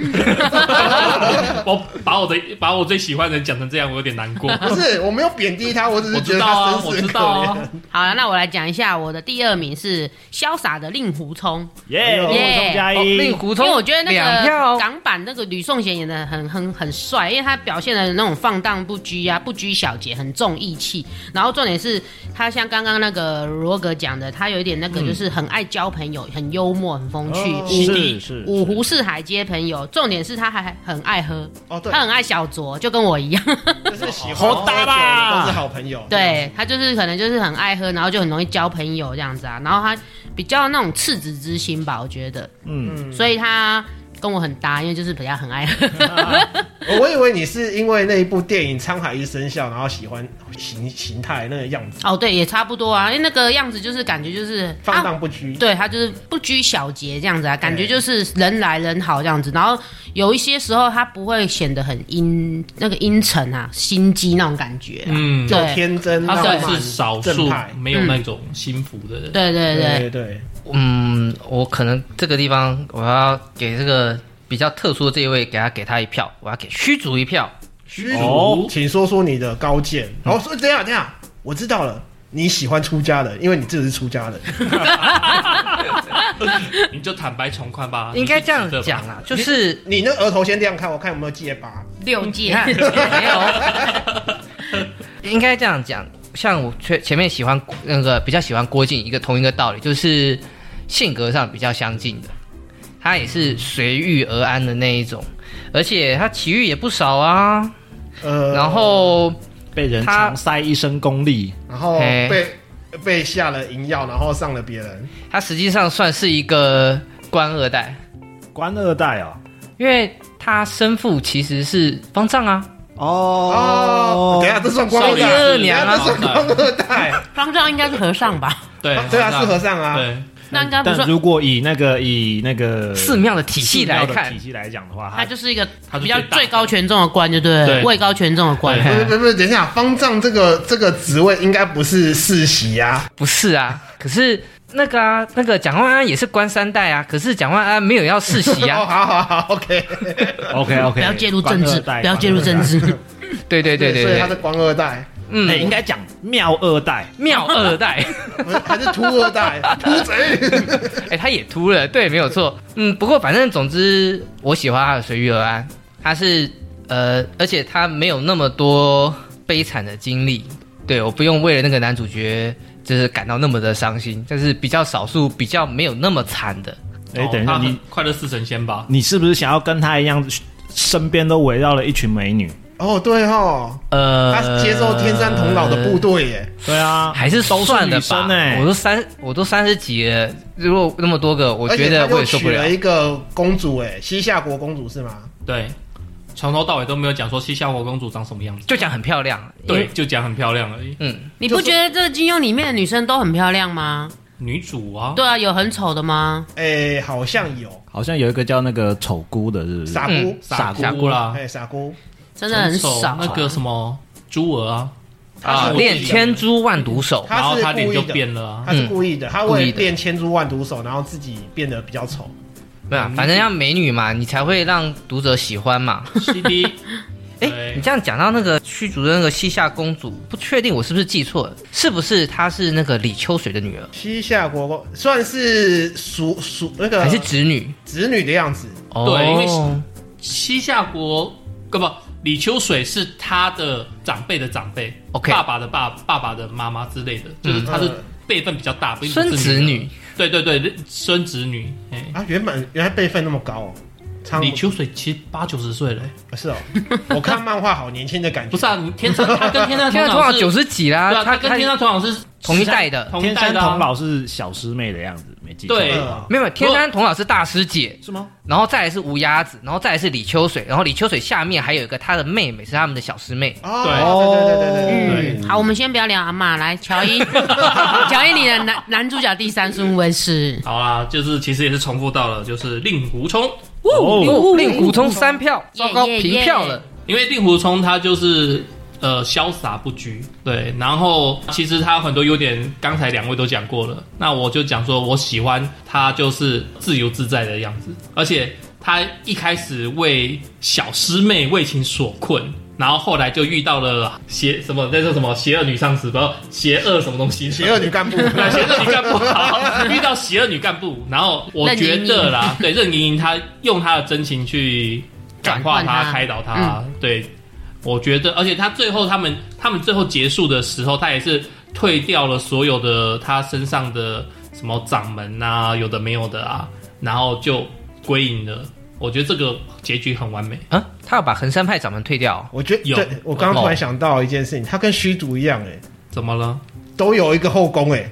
Speaker 4: 我把我的把我最喜欢的人讲成这样，我有点难
Speaker 5: <laughs>
Speaker 4: 过。
Speaker 2: 不是，我没有贬低他，我只
Speaker 4: 我
Speaker 2: 是觉
Speaker 4: 知
Speaker 2: 得
Speaker 4: 道
Speaker 2: 他
Speaker 4: 啊，
Speaker 2: 身世
Speaker 4: 我知
Speaker 2: 很可
Speaker 4: 道啊
Speaker 2: 怜。，
Speaker 1: 好了，那我来讲一下我的第二名是潇洒的令狐冲，
Speaker 3: 耶，
Speaker 2: 哎呦
Speaker 3: 我宋佳
Speaker 5: 哦令
Speaker 3: 一，
Speaker 5: 狐
Speaker 1: 因
Speaker 5: 冲，
Speaker 1: 为我觉得那
Speaker 5: 两
Speaker 1: 个
Speaker 5: 票
Speaker 1: 港版那个吕颂贤演的很很很帅，因为他表现的那种放荡不拘啊，不拘小节，很重义气。然后重点是他像刚刚那个罗格讲的，他有一点那个就是很爱交朋友，很幽默，很风趣，
Speaker 5: 嗯
Speaker 2: 哦
Speaker 1: 无敌
Speaker 3: 是是
Speaker 1: 五湖四海皆朋友。重点是他还很爱喝，
Speaker 2: 哦，对
Speaker 1: 他，很爱小酌，就跟我一样。
Speaker 2: 就是喜欢
Speaker 3: 好大
Speaker 2: 喝
Speaker 3: 啦
Speaker 2: 酒的都是好朋友。
Speaker 1: 对他就是可能就是很爱喝，然后就很容易交朋友这样子啊。然后他比较那种赤子之心吧，我觉得，
Speaker 3: 嗯，
Speaker 1: 所以他跟我很搭，因为就是比较很爱喝。
Speaker 2: 我以为你是因为那一部电影《沧海一声笑》，然后喜欢形形态那个样子，
Speaker 1: 哦，对，也差不多啊，因为那个样子就是感觉就是
Speaker 2: 放
Speaker 1: 啊
Speaker 2: 荡不拘。
Speaker 1: 对他就是不拘小节这样子啊，感觉
Speaker 2: 对
Speaker 1: 就是人来人好这样子。然后有一些时候他不会显得很阴那个阴沉啊，心机那种感觉啊、
Speaker 4: 嗯，
Speaker 2: 又
Speaker 1: 对
Speaker 2: 天真，
Speaker 4: 他
Speaker 2: 浪
Speaker 4: 算
Speaker 2: 漫
Speaker 4: 是少
Speaker 2: 正
Speaker 4: 数
Speaker 2: 派。
Speaker 4: 没有那种心服的人。
Speaker 1: 对对对，
Speaker 2: 对对，
Speaker 5: 嗯，我可能这个地方我要给这个比较特殊的这一位，给他给他一票，我要给虚竹一票。
Speaker 2: 虚
Speaker 3: 哦
Speaker 2: 竹，请说说你的高见。哦，说这样这样，我知道了。你喜欢出家人，因为你自己是出家人，
Speaker 4: 你就坦白从宽吧，
Speaker 5: 应该这样
Speaker 4: 你就值得吧
Speaker 5: 讲。啦，啊就是
Speaker 2: 你那额头先亮开，我看有没有结疤。
Speaker 1: 六戒
Speaker 5: 你 <laughs>
Speaker 3: <laughs>
Speaker 5: 看没有，应该这样讲。像我前前面喜欢那个比较喜欢郭靖，一个同一个道理，就是性格上比较相近的，他也是随遇而安的那一种，而且他奇遇也不少啊。
Speaker 2: 呃，
Speaker 5: 然后
Speaker 3: 被人
Speaker 5: 他
Speaker 3: 常塞一身功力，
Speaker 2: 然后
Speaker 5: 嘿
Speaker 2: 被被下了银药，然后上了别人。
Speaker 5: 他实际上算是一个官二代，
Speaker 3: 官二代哦，
Speaker 5: 因为他生父其实是方丈啊，
Speaker 2: 哦，
Speaker 3: 哦，
Speaker 2: 等一下，这算官二
Speaker 4: 少
Speaker 2: 代，等
Speaker 5: 爷
Speaker 2: 一下
Speaker 5: 二娘啊
Speaker 2: 这算官二代，
Speaker 1: <laughs> 方丈应该是和尚吧？
Speaker 4: <laughs> 对
Speaker 2: 啊，对啊，是和
Speaker 4: 合
Speaker 2: 尚啊，
Speaker 4: 对，
Speaker 1: 那应该不
Speaker 3: 但
Speaker 1: 算，
Speaker 3: 如果以那个以那个
Speaker 5: 寺庙的体系来
Speaker 3: 寺庙的
Speaker 5: 看
Speaker 3: 体，系来讲的话，
Speaker 1: 他就是一个
Speaker 4: 他啊是
Speaker 1: 比较
Speaker 4: 最大的
Speaker 1: 最高权重的官，就对了，
Speaker 4: 对
Speaker 1: 位高权重的官。
Speaker 4: 对
Speaker 2: 不是不是不是，等一下，方丈这个这个职位应该不是世袭呀，
Speaker 5: 不是
Speaker 3: <laughs>
Speaker 5: 啊，可是那个啊，那个蒋万安也是官三代啊，可是蒋万安没有要世袭
Speaker 2: 哦，
Speaker 3: <laughs>
Speaker 5: 啊。
Speaker 2: 好
Speaker 5: <laughs>
Speaker 2: 好好，OK，
Speaker 3: OK OK，
Speaker 1: <laughs> 不要介入政治，不要介入政。治。
Speaker 5: 对对对对
Speaker 2: 所以他
Speaker 5: 对，
Speaker 2: 是官二代，
Speaker 5: 嗯，
Speaker 3: 哎，应该讲妙二代，
Speaker 5: 妙
Speaker 2: <laughs>
Speaker 5: 二代，
Speaker 2: 不是还是秃二
Speaker 5: <laughs>
Speaker 2: 代，秃贼， <laughs>
Speaker 5: 哎、他也秃了，对，没有错。嗯，不过反正总之，我喜欢他的随遇而安，他是呃，而且他没有那么多悲惨的经历，对，我不用为了那个男主角就是感到那么的伤心，但是比较少数比较没有那么惨的。
Speaker 3: 哎，等一下，
Speaker 4: 哦他
Speaker 3: 你
Speaker 4: 快乐似神仙吧？
Speaker 3: 你是不是想要跟他一样，身边都围绕了一群美女？
Speaker 2: 哦，对哦，
Speaker 5: 呃，
Speaker 2: 他接受天山童姥的部队耶，
Speaker 3: 对啊，
Speaker 5: 还是算了
Speaker 3: 都是女
Speaker 5: 吧
Speaker 3: 生。欸
Speaker 5: 我都三，我都三十几了，如果那么多个，我
Speaker 2: 而且
Speaker 5: 觉得
Speaker 2: 他
Speaker 5: 我
Speaker 2: 又
Speaker 5: 也受不
Speaker 2: 娶
Speaker 5: 了
Speaker 2: 了。一个公主哎，西夏国公主是吗？
Speaker 4: 对，从头到尾都没有讲说西夏国公主长什么样子，
Speaker 5: 就讲很漂亮，
Speaker 4: 对，，就讲很漂亮而已。
Speaker 5: 嗯，
Speaker 1: <laughs> 你不觉得这金庸里面的女生都很漂亮吗？
Speaker 4: 女主啊，
Speaker 1: 对啊，有很丑的吗？
Speaker 2: 哎，好像有
Speaker 3: 好像有一个叫那个丑姑的，是不是？
Speaker 2: 傻姑
Speaker 5: 嗯，
Speaker 4: 傻
Speaker 5: 傻
Speaker 4: 姑啦，
Speaker 2: 哎，傻姑，
Speaker 1: 真的很
Speaker 4: 丑
Speaker 1: 少。啊嗯
Speaker 4: 那个什么朱儿啊，
Speaker 5: 啊，
Speaker 2: 她是故意
Speaker 5: 练
Speaker 2: 的
Speaker 5: 千珠万毒手，
Speaker 4: 然
Speaker 2: 她
Speaker 4: 后
Speaker 2: 是
Speaker 4: 她脸
Speaker 2: 故意
Speaker 4: 就
Speaker 2: 的
Speaker 4: 变了啊。
Speaker 2: 他是故意的，他
Speaker 5: 嗯故
Speaker 2: 为
Speaker 5: 意
Speaker 2: 了
Speaker 5: 的
Speaker 2: 变千株万毒手，然后自己变得比较丑。
Speaker 5: 没
Speaker 4: 嗯
Speaker 5: 有，啊反正要美女嘛，你才会让读者喜欢嘛。
Speaker 4: CD，
Speaker 5: <laughs> 哎，你
Speaker 4: 对，
Speaker 5: 这样讲到那个虚竹的那个西夏公主，不确定我是不是记错了，是不是她是那个李秋水的女儿，
Speaker 2: 西夏国公算是属属那个
Speaker 5: 还是侄女？
Speaker 2: 子女的样子，
Speaker 5: 哦
Speaker 4: 啊对因为西夏国，呃不不，李秋水是他的长辈的长辈
Speaker 5: OK 嗯
Speaker 4: 爸爸的爸，爸爸的妈妈之类的，就是他是辈分比较大，不一定
Speaker 5: 孙
Speaker 4: 是
Speaker 5: 子
Speaker 4: 女
Speaker 5: 女
Speaker 4: 儿，对对对，孙子女，哎。
Speaker 2: 啊，原本原来辈分那么高哦。苍
Speaker 4: 李秋水其实八九十岁了、哎
Speaker 2: 不是哦， <laughs> 我看漫画好年轻的感觉。
Speaker 4: 不是啊？你天山他跟天
Speaker 5: <laughs>
Speaker 4: 山
Speaker 5: 天
Speaker 4: 童
Speaker 5: 上童
Speaker 4: 姥
Speaker 5: 姥
Speaker 4: 是
Speaker 5: 九十几啦
Speaker 4: 对，啊，
Speaker 5: 她
Speaker 4: 他跟天山童姥是
Speaker 5: 同一代的
Speaker 4: 同一
Speaker 3: 天
Speaker 4: 代
Speaker 3: 山
Speaker 4: 的
Speaker 3: 童
Speaker 4: 啊、
Speaker 3: 姥是小师妹的样子，没记错。
Speaker 4: 对
Speaker 2: 嗯
Speaker 5: 没有，天山童姥是大师姐，
Speaker 3: 是吗？
Speaker 5: 然后再来是乌鸦子，然后再来是李秋水，然后李秋水下面还有一个她的妹妹是他们的小师妹。
Speaker 2: 哦，
Speaker 4: 对
Speaker 2: 对对对对对对，
Speaker 1: 嗯，好，我们先不要聊阿嬷，来乔
Speaker 4: <laughs>
Speaker 1: 伊，乔伊，你的男男主角第三顺位是
Speaker 4: 好啦，就是其实也是重复到了，就是令狐冲，
Speaker 3: 哦，
Speaker 5: 令狐冲三票，
Speaker 1: 耶
Speaker 5: 糟糕，
Speaker 1: 耶
Speaker 5: 平票了。
Speaker 4: 因为令狐冲他就是呃潇洒不拘，对，然后其实他有很多优点，刚才两位都讲过了，那我就讲说我喜欢他就是自由自在的样子，而且他一开始为小师妹为情所困。然后后来就遇到了邪什么那叫什么邪恶女上司，不邪恶什么东西，
Speaker 2: 邪恶女干
Speaker 5: <laughs>
Speaker 2: 部，
Speaker 4: 那邪恶女干部好，遇到邪恶女干部，然后我觉得 <laughs> 啦，对任盈盈她用她的真情去感
Speaker 1: 转
Speaker 4: 化
Speaker 1: 换她
Speaker 4: 她、开导她，对，我觉得，而且她最后他们他们最后结束的时候，她也是退掉了所有的她身上的什么掌门啊，有的没有的啊，然后就归隐了。我觉得这个结局很完美。
Speaker 5: 啊，他要把衡山派掌门退掉
Speaker 4: <laughs>
Speaker 5: 哦、
Speaker 2: 我觉得
Speaker 4: 有
Speaker 2: 对我刚刚突然想到一件事情，他跟虚竹一样哎，
Speaker 4: 怎么了？
Speaker 2: 都有一个后宫哎，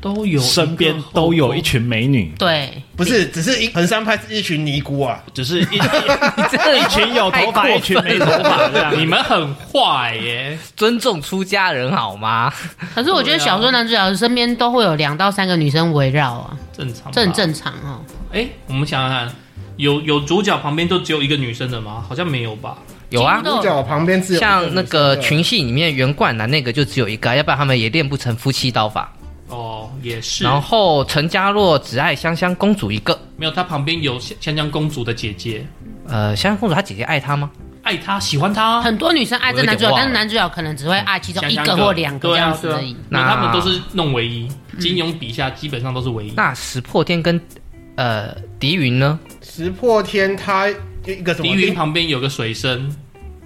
Speaker 4: 都有
Speaker 3: 身边都有一群美女，
Speaker 1: 对，
Speaker 2: 不是，只是一衡山派是一群尼姑啊，
Speaker 5: 嗯
Speaker 3: 只是一 <laughs> 一群有头发，一群没头发这样。
Speaker 4: 你们很坏耶！
Speaker 5: 尊重出家人好吗？
Speaker 1: 可是我觉得小说男主角身边都会有两到三个女生围绕啊，
Speaker 4: 正常吧，
Speaker 1: 这很正常哦。
Speaker 4: 哎、我们想想看，有有主角旁边都只有一个女生的吗？好像没有吧？
Speaker 5: 有啊
Speaker 1: 几乎，都
Speaker 2: 主角旁边只有一
Speaker 5: 像那
Speaker 2: 女
Speaker 5: 个
Speaker 2: 生的
Speaker 5: 群戏里面袁冠南那个就只有一个，要不然他们也练不成夫妻刀法。
Speaker 4: 哦，也是。
Speaker 5: 然后陈家洛只爱香香公主一个，
Speaker 4: 没有，她旁边有香香香公主的姐姐，
Speaker 5: 呃，香香公主她姐姐爱她吗？
Speaker 4: 爱她，喜欢她。
Speaker 1: 很多女生爱这男主角，
Speaker 5: 我有点忘了
Speaker 1: 但是男主角可能只会爱其中一
Speaker 4: 香
Speaker 1: 个
Speaker 4: 香
Speaker 1: 或两个这
Speaker 4: 对啊
Speaker 1: 样子而已嗯
Speaker 4: 对啊。
Speaker 5: 那
Speaker 4: 没有他们都是弄唯一。金庸笔下基本上都是唯一。
Speaker 5: 那石破天跟呃狄云呢？
Speaker 2: 石破天，他一个什
Speaker 4: 狄
Speaker 2: 么
Speaker 4: 云旁边有个水生，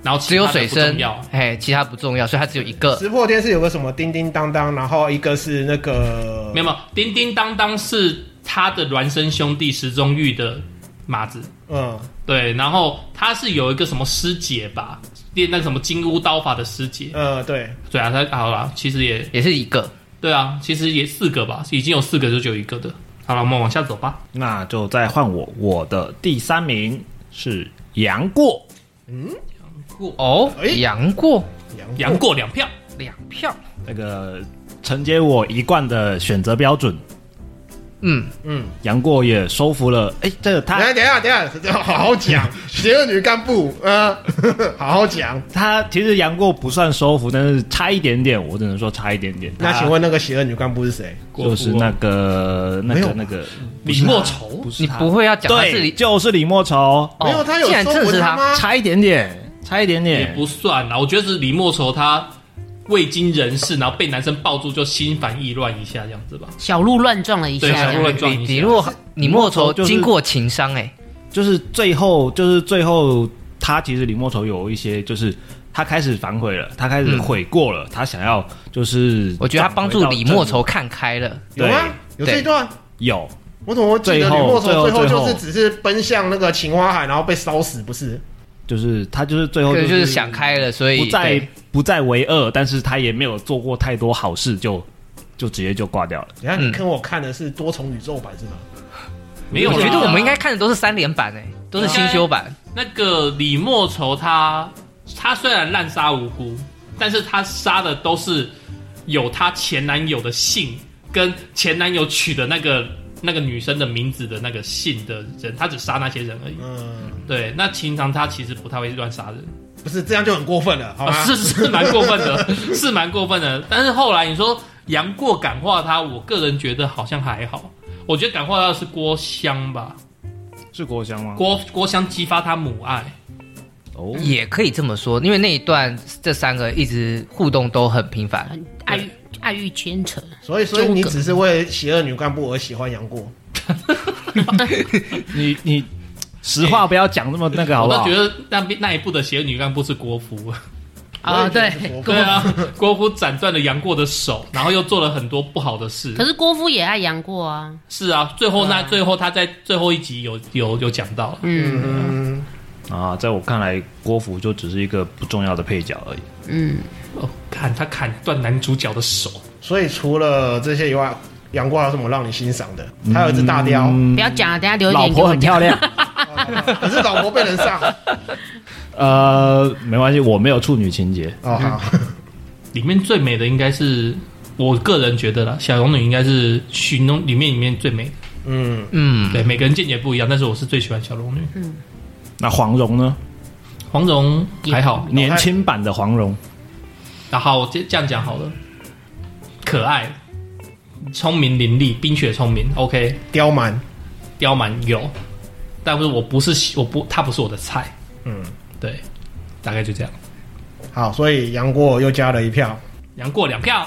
Speaker 4: 然后其
Speaker 5: 只有
Speaker 4: 他的
Speaker 5: 水
Speaker 4: 不重
Speaker 5: 生
Speaker 4: 要。，
Speaker 5: 哎，其他不重要，所以他只有一个。
Speaker 2: 石破天是有个什么叮叮当当，然后一个是那个
Speaker 4: 没有没有，叮叮当当是他的孪生兄弟石中玉的马子。
Speaker 2: 嗯，
Speaker 4: 对，然后他是有一个什么师姐吧，练那个什么金乌刀法的师姐。
Speaker 2: 呃，对，
Speaker 4: 对啊，他好啦，其实也
Speaker 5: 也是一个，
Speaker 4: 对啊，其实也四个吧，已经有四个就只有一个的。好了，我们往下走吧。
Speaker 3: 那就再换我，我的第三名是杨过。
Speaker 5: 哦
Speaker 2: 哎，
Speaker 5: 杨过
Speaker 2: 杨
Speaker 4: 杨过两票，
Speaker 5: 两票，
Speaker 3: 那个承接我一贯的选择标准，
Speaker 5: 嗯，
Speaker 2: 嗯，
Speaker 3: 杨过也收服了。哎，这个
Speaker 2: 等一
Speaker 3: 他
Speaker 2: 下等一下等一下，好好讲，邪恶女干部，呃， <laughs> 好好讲。
Speaker 3: 他其实杨过不算收服，但是差一点点，我只能说差一点点。
Speaker 2: 那
Speaker 3: 他
Speaker 2: 请问那个邪恶女干部是谁？
Speaker 3: 就是那个那
Speaker 2: 没有
Speaker 3: 个
Speaker 2: 吧
Speaker 3: 那个
Speaker 4: 李莫愁
Speaker 3: 不是
Speaker 5: 你
Speaker 3: 他
Speaker 5: 不会要讲他是
Speaker 3: 对，
Speaker 5: 李
Speaker 3: 就是李莫愁，
Speaker 5: 哦
Speaker 2: 没有，他有
Speaker 5: 竟然
Speaker 2: 收
Speaker 5: 证
Speaker 2: 服
Speaker 5: 实他，
Speaker 2: 吗？
Speaker 3: 差一点点，差一点
Speaker 4: 也
Speaker 3: 点，
Speaker 4: 不算啦。我觉得是李莫愁他未经人事，然后被男生抱住就心烦意乱一下这样子吧。
Speaker 1: 小鹿乱撞了一下
Speaker 4: 对，小
Speaker 1: 这
Speaker 4: 鹿乱
Speaker 1: 样
Speaker 4: 撞一
Speaker 5: 李
Speaker 4: 下
Speaker 5: 李若李莫愁经过情伤，哎，
Speaker 3: 就是最后就是最后他其实李莫愁有一些就是他开始反悔了，他开始悔过了，他想要就是
Speaker 5: 我觉得他帮助
Speaker 3: 转回到
Speaker 5: 李
Speaker 3: 正
Speaker 5: 莫愁看开了，
Speaker 2: 有吗？有这一
Speaker 5: 对
Speaker 2: 段？
Speaker 3: 有
Speaker 2: 我怎么记得
Speaker 3: 最
Speaker 2: 李
Speaker 3: 后
Speaker 2: 莫愁
Speaker 3: 最后
Speaker 2: 最后
Speaker 3: 最
Speaker 2: 就
Speaker 3: 后
Speaker 2: 是只是奔向那个秦花海，然后被烧死，不是？
Speaker 3: 就是他哦就是最后
Speaker 5: 可能就是是想开了，所以
Speaker 3: 不再
Speaker 5: 对
Speaker 3: 不再为恶，但是他也没有做过太多好事，就就直接就挂掉了。
Speaker 2: 等一下你
Speaker 5: 嗯
Speaker 2: 跟我看的是多重宇宙版是吗？
Speaker 4: 没有啦，
Speaker 5: 我觉得我们应该看的都是三连版诶，欸都是新修版。
Speaker 4: 那个李莫愁他，他虽然滥杀无辜，但是他杀的都是有他前男友的姓，跟前男友取的那个那个女生的名字的那个姓的人，他只杀那些人而已。
Speaker 2: 嗯，
Speaker 4: 对，那平常他其实不太会乱杀人，
Speaker 2: 不是，这样就很过分了，好吗？
Speaker 4: 啊、是是蛮过分的，是蛮过分的。但是后来你说杨过感化他，我个人觉得好像还好。我觉得感化他的是郭襄吧，
Speaker 2: 哦
Speaker 3: 是国香吗？
Speaker 4: 郭郭襄激发他母爱。
Speaker 3: 哦，
Speaker 5: 也可以这么说，因为那一段这三个一直互动都很频繁，
Speaker 1: 很爱欲爱欲牵扯，
Speaker 2: 所以，所以你
Speaker 1: 纠葛
Speaker 2: 只是为邪恶女干部而喜欢杨过，
Speaker 3: 你你实话不要讲那么那个好
Speaker 4: 哎我
Speaker 3: 不
Speaker 4: 倒
Speaker 3: 好
Speaker 4: 觉？得那边那一部的邪恶女干部是郭芙，
Speaker 1: 啊、
Speaker 2: 我也
Speaker 1: 对
Speaker 2: 觉得是。
Speaker 4: 对啊，郭芙斩断了杨过的手，然后又做了很多不好的事
Speaker 1: 可。是郭芙也爱杨过啊，
Speaker 4: 是啊，最后
Speaker 1: 对
Speaker 4: 那、
Speaker 1: 啊
Speaker 4: 最后他在最后一集有有有讲到了，
Speaker 1: 嗯
Speaker 2: 嗯，
Speaker 3: 啊，在我看来，郭芙就只是一个不重要的配角而已。
Speaker 1: 嗯，
Speaker 4: 哦，看他砍断男主角的手，
Speaker 2: 所以除了这些以外，杨过还有什么让你欣赏的？
Speaker 1: 嗯
Speaker 2: 还有一只大雕，
Speaker 1: 不要讲了，等一下留一
Speaker 3: 老
Speaker 1: 点给
Speaker 3: 婆
Speaker 1: 我
Speaker 3: 很
Speaker 1: 讲。
Speaker 3: 漂亮，
Speaker 1: <laughs>
Speaker 2: 可是老婆被人上。 <laughs>
Speaker 3: 呃，没关系，我没有处女情节。
Speaker 2: 哦，好，
Speaker 4: 里面最美的应该是我个人觉得啦，小龙女应该是群龙里面里面最美的。
Speaker 2: 嗯，
Speaker 5: 嗯，
Speaker 4: 对，每个人见解不一样，但是我是最喜欢小龙女。
Speaker 3: 那黄蓉呢？
Speaker 4: 黄蓉还好，
Speaker 3: 年轻版的黄蓉，
Speaker 4: 然后我这这样讲好了，可爱、聪明伶俐、冰雪聪明，OK，
Speaker 2: 刁蛮，
Speaker 4: 刁蛮有，但是我不是喜我不他不是我的菜，
Speaker 2: 嗯，
Speaker 4: 对，大概就这样。
Speaker 2: 好，所以杨过又加了一票。
Speaker 4: 杨过两票，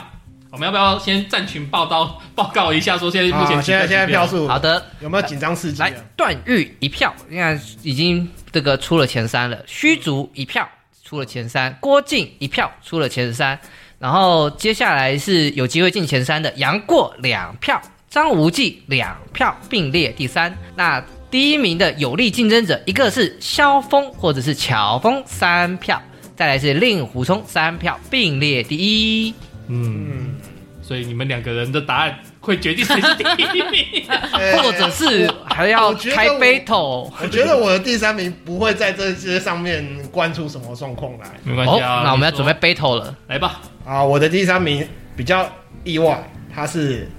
Speaker 4: 我们要不要先战群报道报告一下，说现在目
Speaker 2: 好，
Speaker 4: 前
Speaker 2: 啊现在现在票数
Speaker 5: 好的，
Speaker 2: 有没有紧张刺激啊
Speaker 5: 来
Speaker 2: 的？
Speaker 5: 段誉一票，你看已经这个出了前三了，虚竹一票出了前三，郭靖一票出了前三，然后接下来是有机会进前三的杨过两票，张无忌两票并列第三，那。第一名的有力竞争者，一个是萧峰或者是乔峰三票，再来是令狐冲三票，并列第一。
Speaker 4: 嗯，
Speaker 2: 嗯，
Speaker 4: 所以你们两个人的答案会决定谁是第一
Speaker 2: <laughs>
Speaker 4: 名。
Speaker 2: 呃
Speaker 5: 或者是
Speaker 4: 哎
Speaker 5: 还要开 battle。
Speaker 2: 哎我觉得我的第三名不会在这些上面关出什么状况来
Speaker 4: 没关
Speaker 5: 哦，
Speaker 4: 系啊，
Speaker 5: 那我们要
Speaker 4: 你
Speaker 5: 准
Speaker 4: 说
Speaker 5: 备 battle 了。
Speaker 4: 来吧，
Speaker 2: 啊。我的第三名比较意外，他是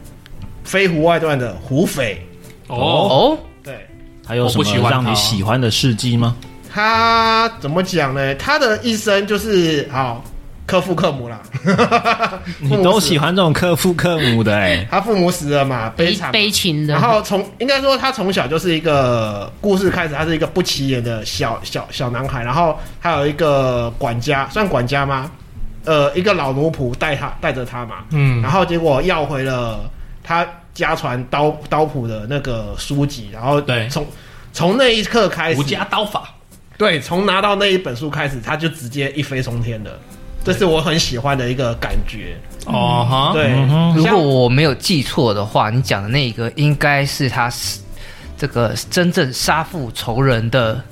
Speaker 2: 飞狐外传的胡斐，
Speaker 4: 哦。
Speaker 5: 哦，
Speaker 2: 对
Speaker 3: 还有什
Speaker 4: 我不喜
Speaker 3: 么
Speaker 4: 欢
Speaker 3: 让
Speaker 4: 她啊
Speaker 3: 你喜欢的事迹吗？
Speaker 2: 他怎么讲呢？他的一生就是好克父克母啦，
Speaker 3: 你都喜
Speaker 2: 欢、
Speaker 3: 欢这种克父克母的哎
Speaker 2: 他父母死了嘛，悲
Speaker 1: 悲
Speaker 2: 惨嘛
Speaker 1: 悲情的，
Speaker 2: 然后从应该说他从小就是一个故事开始，他是一个不起眼的小小小男孩，然后还有一个管家，算管家吗？呃，一个老奴仆带他带着他嘛，
Speaker 4: 嗯
Speaker 2: 然后结果要回了他家传刀刀谱的那个书籍，然后
Speaker 4: 对
Speaker 2: 从从那一刻开始
Speaker 4: 吴，家刀法，
Speaker 2: 对，从拿到那一本书开始，他就直接一飞冲天了，这是我很喜欢的一个感觉，
Speaker 4: 哦哈，
Speaker 2: 对，
Speaker 3: 嗯哼
Speaker 5: 如
Speaker 2: 像
Speaker 5: 果我没有记错的话，你讲的那一个应该是他是这个真正杀父仇人的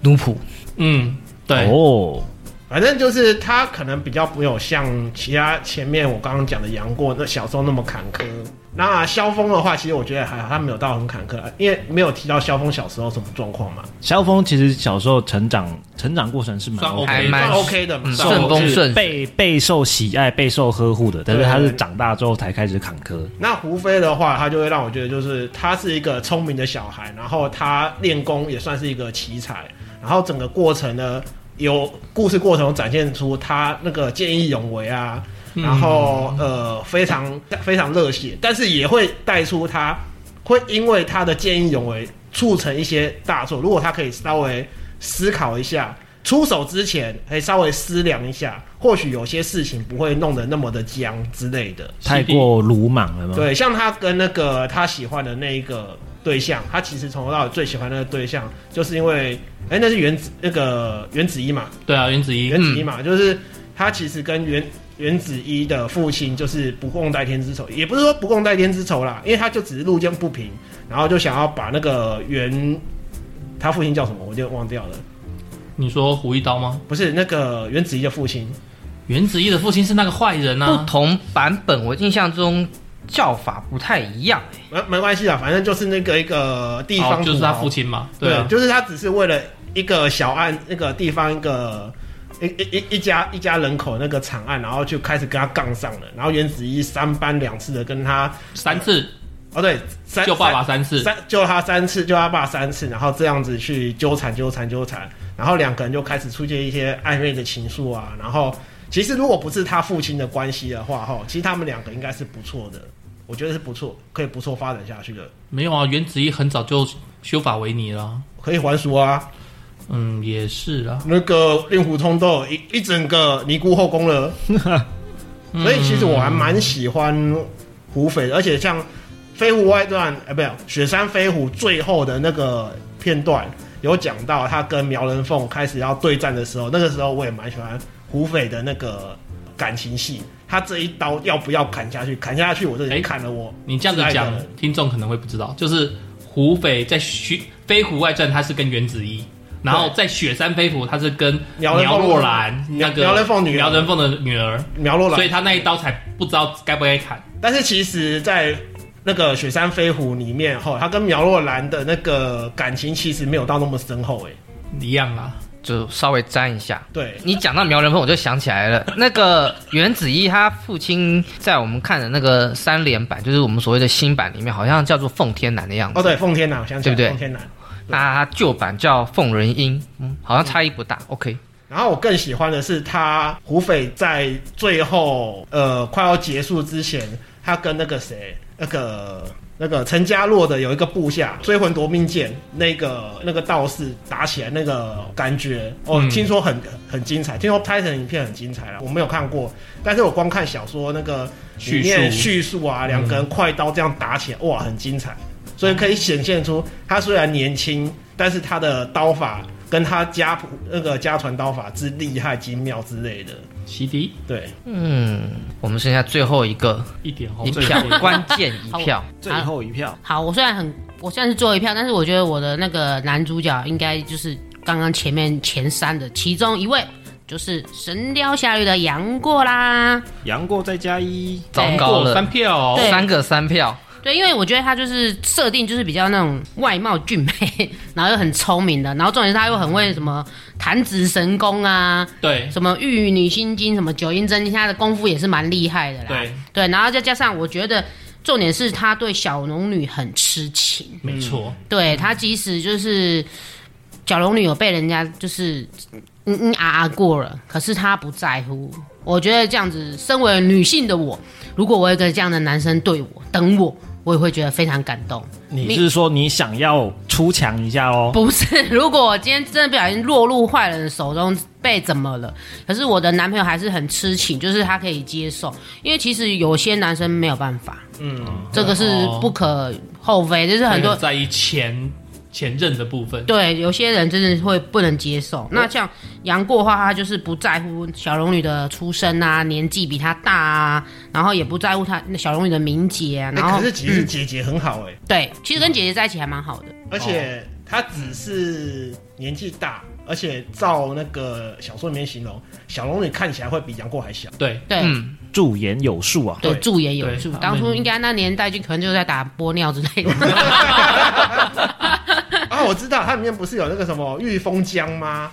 Speaker 5: 奴仆。
Speaker 4: 嗯，对，
Speaker 3: 哦，
Speaker 2: 反正就是他可能比较没有像其他前面我刚刚讲的杨过那小时候那么坎坷。那萧峰的话，其实我觉得还好，他没有到很坎坷，因为没有提到萧峰小时候什么状况嘛，
Speaker 3: 萧峰其实小时候成长成长过程是蛮
Speaker 4: 算
Speaker 3: OK 的
Speaker 5: 还
Speaker 4: OK，
Speaker 5: 蛮
Speaker 2: 算 OK 的嘛
Speaker 5: 嗯。
Speaker 4: 算
Speaker 5: 顺风
Speaker 3: 是
Speaker 5: 顺水
Speaker 3: 备备受喜爱、备受呵护的，但是
Speaker 2: 对
Speaker 3: 他是长大之后才开始坎坷。
Speaker 2: 那胡飞的话，他就会让我觉得，就是他是一个聪明的小孩，然后他练功也算是一个奇才，然后整个过程呢，有故事过程有展现出他那个见义勇为啊，
Speaker 4: 嗯
Speaker 2: 然后呃非常非常热血，但是也会带出他会因为他的见义勇为促成一些大错。如果他可以稍微思考一下，出手之前可以稍微思量一下，或许有些事情不会弄得那么的僵之类的。
Speaker 4: 嗯
Speaker 3: 太过鲁莽了吗？，
Speaker 2: 对，像他跟那个他喜欢的那一个对象，他其实从头到尾最喜欢那个对象，就是因为哎、那是原子那个原子一嘛，
Speaker 4: 对啊，原子一，
Speaker 2: 原子一嘛，就是他其实跟原原子一的父亲就是不共戴天之仇，也不是说不共戴天之仇啦，因为他就只是路见不平，然后就想要把那个原他父亲叫什么，我就忘掉了，
Speaker 4: 你说胡一刀吗？
Speaker 2: 不是那个原子一的父亲，
Speaker 4: 原子一的父亲是那个坏人
Speaker 5: 不
Speaker 4: 啊，
Speaker 5: 同版本我印象中叫法不太一样、欸
Speaker 2: 没没关系啦，反正就是那个一个地方、
Speaker 4: 哦就是他父，亲嘛，对啊，
Speaker 2: 就是他只是为了一个小案，那个地方一个。一一一一家一家人口那个惨案，然后就开始跟他杠上了，然后原子一三番两次的跟他
Speaker 4: 三次
Speaker 2: 哦，对，三
Speaker 4: 救爸爸三次，
Speaker 2: 三救他三次，救他爸三次，然后这样子去纠缠、纠缠、纠缠，然后两个人就开始出现一些暧昧的情愫啊。然后其实如果不是他父亲的关系的话，哈，其实他们两个应该是不错的，我觉得是不错，可以不错发展下去的，
Speaker 4: 没有啊，原子一很早就修法维尼了，
Speaker 2: 可以还俗啊。
Speaker 4: 嗯，也是啦，
Speaker 2: 那个令狐冲都有一一整个尼姑后宫
Speaker 4: <laughs>
Speaker 2: 了，所以其实我还蛮喜欢胡斐的，而且像《飞狐外传》哎，不是《雪山飞狐》最后的那个片段，有讲到他跟苗人凤开始要对战的时候，那个时候我也蛮喜欢胡斐的那个感情戏，他这一刀要不要砍下去？砍下去，我这
Speaker 4: 哎
Speaker 2: 里砍了我、
Speaker 4: 你这样子
Speaker 2: 挚爱的
Speaker 4: 讲
Speaker 2: 人，
Speaker 4: 听众可能会不知道，就是胡斐在虚《飞狐外传》，他是跟原子一。然后在《雪山飞狐》，他是跟
Speaker 2: 苗人凤
Speaker 4: 若兰
Speaker 2: 苗
Speaker 4: 那个
Speaker 2: 苗人凤女儿
Speaker 4: 苗人凤的女儿，
Speaker 2: 苗若兰，
Speaker 4: 所以他那一刀才不知道该不该砍。
Speaker 2: 但是其实，在那个《雪山飞狐》里面，哈，他跟苗若兰的那个感情其实没有到那么深厚，哎，
Speaker 4: 一样啊，
Speaker 5: 就稍微沾一下。
Speaker 2: 对，
Speaker 5: 你讲到苗人凤，我就想起来了，那个袁子一他父亲在我们看的那个三连版，就是我们所谓的新版里面，好像叫做奉天男的样子。
Speaker 2: 哦，对，奉天南，我想起来，
Speaker 5: 对不对
Speaker 2: 奉天南。
Speaker 5: 那他旧版叫奉仁英，嗯，好像差异不大。OK，
Speaker 2: 然后我更喜欢的是他胡斐在最后呃快要结束之前，他跟那个谁那个。那个陈家洛的有一个部下追魂夺命剑，那个那个道士打起来那个感觉哦，
Speaker 4: 嗯
Speaker 2: 听说很很精彩，听说拍成影片很精彩了，我没有看过，但是我光看小说那个里面叙述啊，两个人快刀这样打起来，哇，很精彩。所以可以显现出他虽然年轻，但是他的刀法跟他家谱那个家传刀法之厉害精妙之类的。
Speaker 4: 洗涤
Speaker 2: 对，
Speaker 5: 嗯，我们剩下最后一个
Speaker 4: 一点哦红
Speaker 5: 一
Speaker 4: 色。
Speaker 5: 票，哦关键一票。
Speaker 3: 最后一票，
Speaker 1: 好，我虽然很，我虽然是最后一票，但是我觉得我的那个男主角应该就是刚刚前面前三的其中一位，就是《神雕侠侣》的杨过啦。
Speaker 3: 杨过再加一，
Speaker 5: 糟糕
Speaker 4: 过
Speaker 5: 了哦
Speaker 4: 三，票，
Speaker 1: 对
Speaker 5: 三个三票，
Speaker 1: 对，因为我觉得他就是设定就是比较那种外貌俊美， <laughs> 然后又很聪明的，然后重点是他又很会什么弹指神功啊，
Speaker 4: 对
Speaker 1: 什么玉女心经，什么九阴真经，他的功夫也是蛮厉害的啦。
Speaker 4: 对，
Speaker 1: 对，然后再加上我觉得重点是他对小龙女很痴情，
Speaker 4: 没错，
Speaker 1: 对他即使就是小龙女有被人家就是嗯嗯啊啊过了，可是他不在乎。我觉得这样子，身为女性的我，如果我有一个这样的男生对我等我，我也会觉得非常感动。
Speaker 3: 你是说你想要出墙一下哦？
Speaker 1: 不是，如果我今天真的不小心落入坏人的手中，被怎么了？可是我的男朋友还是很痴情，就是他可以接受，因为其实有些男生没有办法，
Speaker 2: 嗯，
Speaker 1: 这个是
Speaker 4: 哦
Speaker 1: 不可厚非，就是很多
Speaker 4: 他在意前前任的部分。
Speaker 1: 对有些人真的会不能接受。那像杨过的话，他就是不在乎小龙女的出身啊，年纪比他大啊，然后也不在乎他小龙女的名节啊，
Speaker 2: 哎
Speaker 1: 然后、
Speaker 2: 可是其实姐姐很好哎、
Speaker 1: 对，其实跟姐姐在一起还蛮好的。
Speaker 2: 而且她只是年纪大，而且照那个小说里面形容，小龙女看起来会比杨过还小。
Speaker 4: 对，
Speaker 1: 对、
Speaker 5: 嗯，
Speaker 3: 驻颜有术啊，
Speaker 1: 对，
Speaker 2: 对
Speaker 1: 助也有
Speaker 4: 对
Speaker 1: 助
Speaker 4: 他。们
Speaker 1: 当初应该那年代就可能就在打玻尿之类的。
Speaker 2: 啊，我知道它里面不是有那个什么御风浆吗？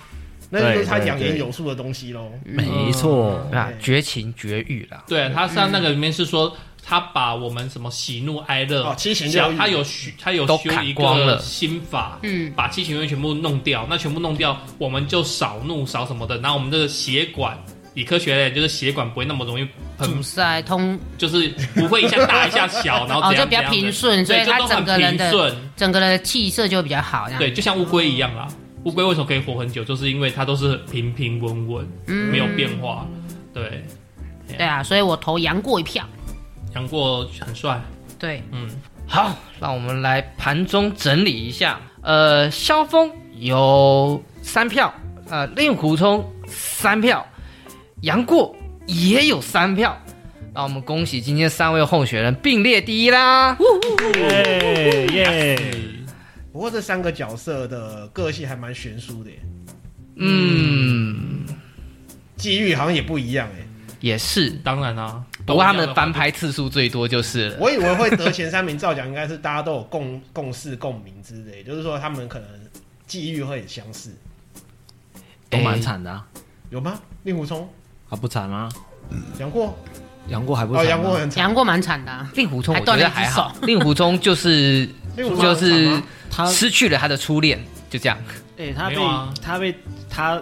Speaker 2: 那就是她
Speaker 3: 对对
Speaker 2: 养颜
Speaker 3: 对
Speaker 2: 有术的东西喽。
Speaker 3: 没错，
Speaker 5: 啊，绝情绝欲啦。
Speaker 1: 嗯
Speaker 4: 对，他上那个里面是说，他把我们什么喜怒哀乐
Speaker 2: 哦，七情
Speaker 4: 小
Speaker 2: 六欲
Speaker 4: 他有修，他有
Speaker 5: 都
Speaker 4: 修
Speaker 5: 砍
Speaker 4: 一
Speaker 5: 光
Speaker 4: 个
Speaker 5: 了
Speaker 4: 心法，
Speaker 1: 嗯，
Speaker 4: 把七情六欲全部弄掉。那全部弄掉，我们就少怒少什么的，然后我们的血管。理科学类就是血管不会那么容易
Speaker 1: 阻
Speaker 5: 嗯
Speaker 4: 喷，
Speaker 1: 塞通
Speaker 4: 就是不会一下大一下小，然后
Speaker 1: <laughs> 哦，
Speaker 4: 怎
Speaker 1: 就
Speaker 4: 样
Speaker 1: 比较
Speaker 4: 怎样
Speaker 1: 平
Speaker 4: 的
Speaker 1: 顺，所以
Speaker 4: 对，就
Speaker 1: 它
Speaker 4: 都
Speaker 1: 整
Speaker 4: 很
Speaker 1: 个人
Speaker 4: 平
Speaker 1: 的嗯
Speaker 4: 顺，
Speaker 1: 整个人的气色就会比较好。这样
Speaker 4: 对，，就像乌龟一样啦。乌龟为什么可以活很久？就是因为它都是平平稳稳，
Speaker 1: 嗯
Speaker 4: 没有变化。对，
Speaker 1: 对啊，所以我投杨过一票。
Speaker 4: 杨过很帅，
Speaker 1: 对，
Speaker 4: 嗯，
Speaker 5: 好，让我们来盘中整理一下。呃，萧峰有三票，呃，令狐冲三票，杨过也有三票。让我们恭喜今天三位候选人并列第一啦！
Speaker 3: 耶哎耶！
Speaker 2: 不过这三个角色的个性还蛮悬殊的耶，
Speaker 5: 嗯，
Speaker 2: 际遇好像也不一样哎。
Speaker 5: 也是，
Speaker 4: 当然啊，
Speaker 5: 不过他们的翻
Speaker 4: 翻
Speaker 5: 拍次数最多就是了。
Speaker 2: 我以为会得前三名，照讲应该是大家都有共共事共鸣之类，就是说他们可能际遇会很相似，
Speaker 3: 都蛮惨的啊，
Speaker 2: 有吗？令狐冲、
Speaker 3: 啊不惨吗？
Speaker 2: 杨过
Speaker 3: 杨过还不
Speaker 2: 哦，
Speaker 3: 惨吗？
Speaker 2: 杨过很惨，
Speaker 1: 杨过蛮惨的、啊，
Speaker 5: 令狐冲我
Speaker 1: 还
Speaker 5: 觉
Speaker 1: 断
Speaker 5: 得
Speaker 1: 了一只
Speaker 5: 还好，
Speaker 1: 手
Speaker 5: 令狐冲就是
Speaker 2: 令狐冲
Speaker 5: 就
Speaker 2: 很惨
Speaker 5: 是
Speaker 2: 吗
Speaker 3: 他
Speaker 5: 失去了他的初恋，就这样。
Speaker 3: 哎，他
Speaker 4: 没
Speaker 3: 被
Speaker 4: 有啊
Speaker 3: 他被他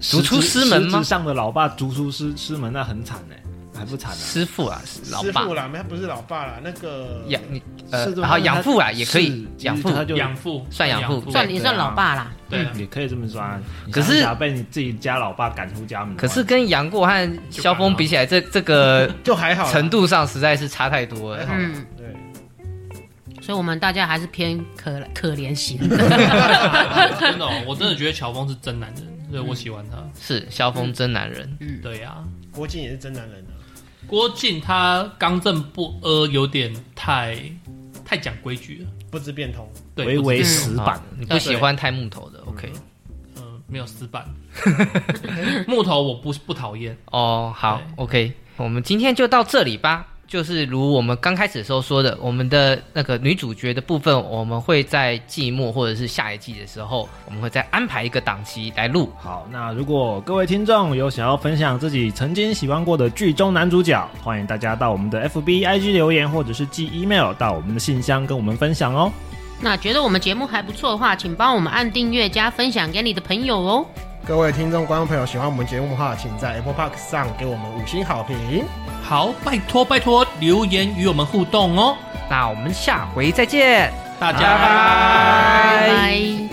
Speaker 5: 逐出师门吗
Speaker 3: 实质上的老爸逐出师师门，那很惨哎，还不惨啊？
Speaker 5: 师傅啊，是老
Speaker 2: 师
Speaker 5: 爸
Speaker 2: 傅啦，他不是老爸啦，那个
Speaker 5: 养你呃
Speaker 3: 是，这么
Speaker 5: 然后
Speaker 3: 说
Speaker 5: 养
Speaker 3: 他
Speaker 5: 父啊也可
Speaker 3: 是
Speaker 5: 以
Speaker 3: 就是
Speaker 5: 养父，
Speaker 3: 他就
Speaker 4: 养父
Speaker 5: 算养父
Speaker 1: 算
Speaker 5: 对
Speaker 1: 也算老爸啦。
Speaker 3: <laughs>
Speaker 4: 对啊，
Speaker 3: 也可以这么说啊。你
Speaker 5: 可是
Speaker 3: 想一想被你自己家老爸赶出家门的话，
Speaker 5: 可是跟杨过和萧峰比起来，这这
Speaker 3: <laughs>
Speaker 5: 个
Speaker 2: 就还好啦
Speaker 5: 程度上实在是差太多
Speaker 2: 还
Speaker 4: 哦
Speaker 5: 了。
Speaker 2: 好啦，
Speaker 1: 嗯，
Speaker 2: 对。
Speaker 1: 所以我们大家还是偏可可怜型。
Speaker 4: <laughs> 真的哦，我真的觉得乔峰是真男人，
Speaker 5: 嗯
Speaker 4: 所以我喜欢他。
Speaker 5: 是萧峰真男人，
Speaker 3: 嗯
Speaker 4: 对呀，
Speaker 2: 郭靖也是真男人啊，
Speaker 4: 郭靖他刚正不阿，有点太太讲规矩了。
Speaker 2: 不知变通。
Speaker 4: 对，
Speaker 3: 唯
Speaker 4: 不是
Speaker 3: 唯
Speaker 4: 这种
Speaker 3: 死板
Speaker 5: 啊，你不喜欢太木头的，OK？
Speaker 4: 嗯，没有死板。 <laughs> 木头我不不讨厌，
Speaker 5: 哦，好，OK，我们今天就到这里吧。就是如我们刚开始的时候说的，我们的那个女主角的部分，我们会在季末或者是下一季的时候，我们会再安排一个档期来录。
Speaker 3: 好，那如果各位听众有想要分享自己曾经喜欢过的剧中男主角，欢迎大家到我们的 FB、IG 留言，或者是寄 email 到我们的信箱跟我们分享哦。
Speaker 1: 那觉得我们节目还不错的话，请帮我们按订阅加分享给你的朋友哦。
Speaker 2: 各位听众、观众朋友，喜欢我们节目的话，请在 Apple Park 上给我们五星好评。
Speaker 4: 好，拜托拜托，留言与我们互动哦，
Speaker 5: 那我们下回再见，
Speaker 4: 大家
Speaker 5: 拜
Speaker 1: 拜
Speaker 5: 拜
Speaker 1: 拜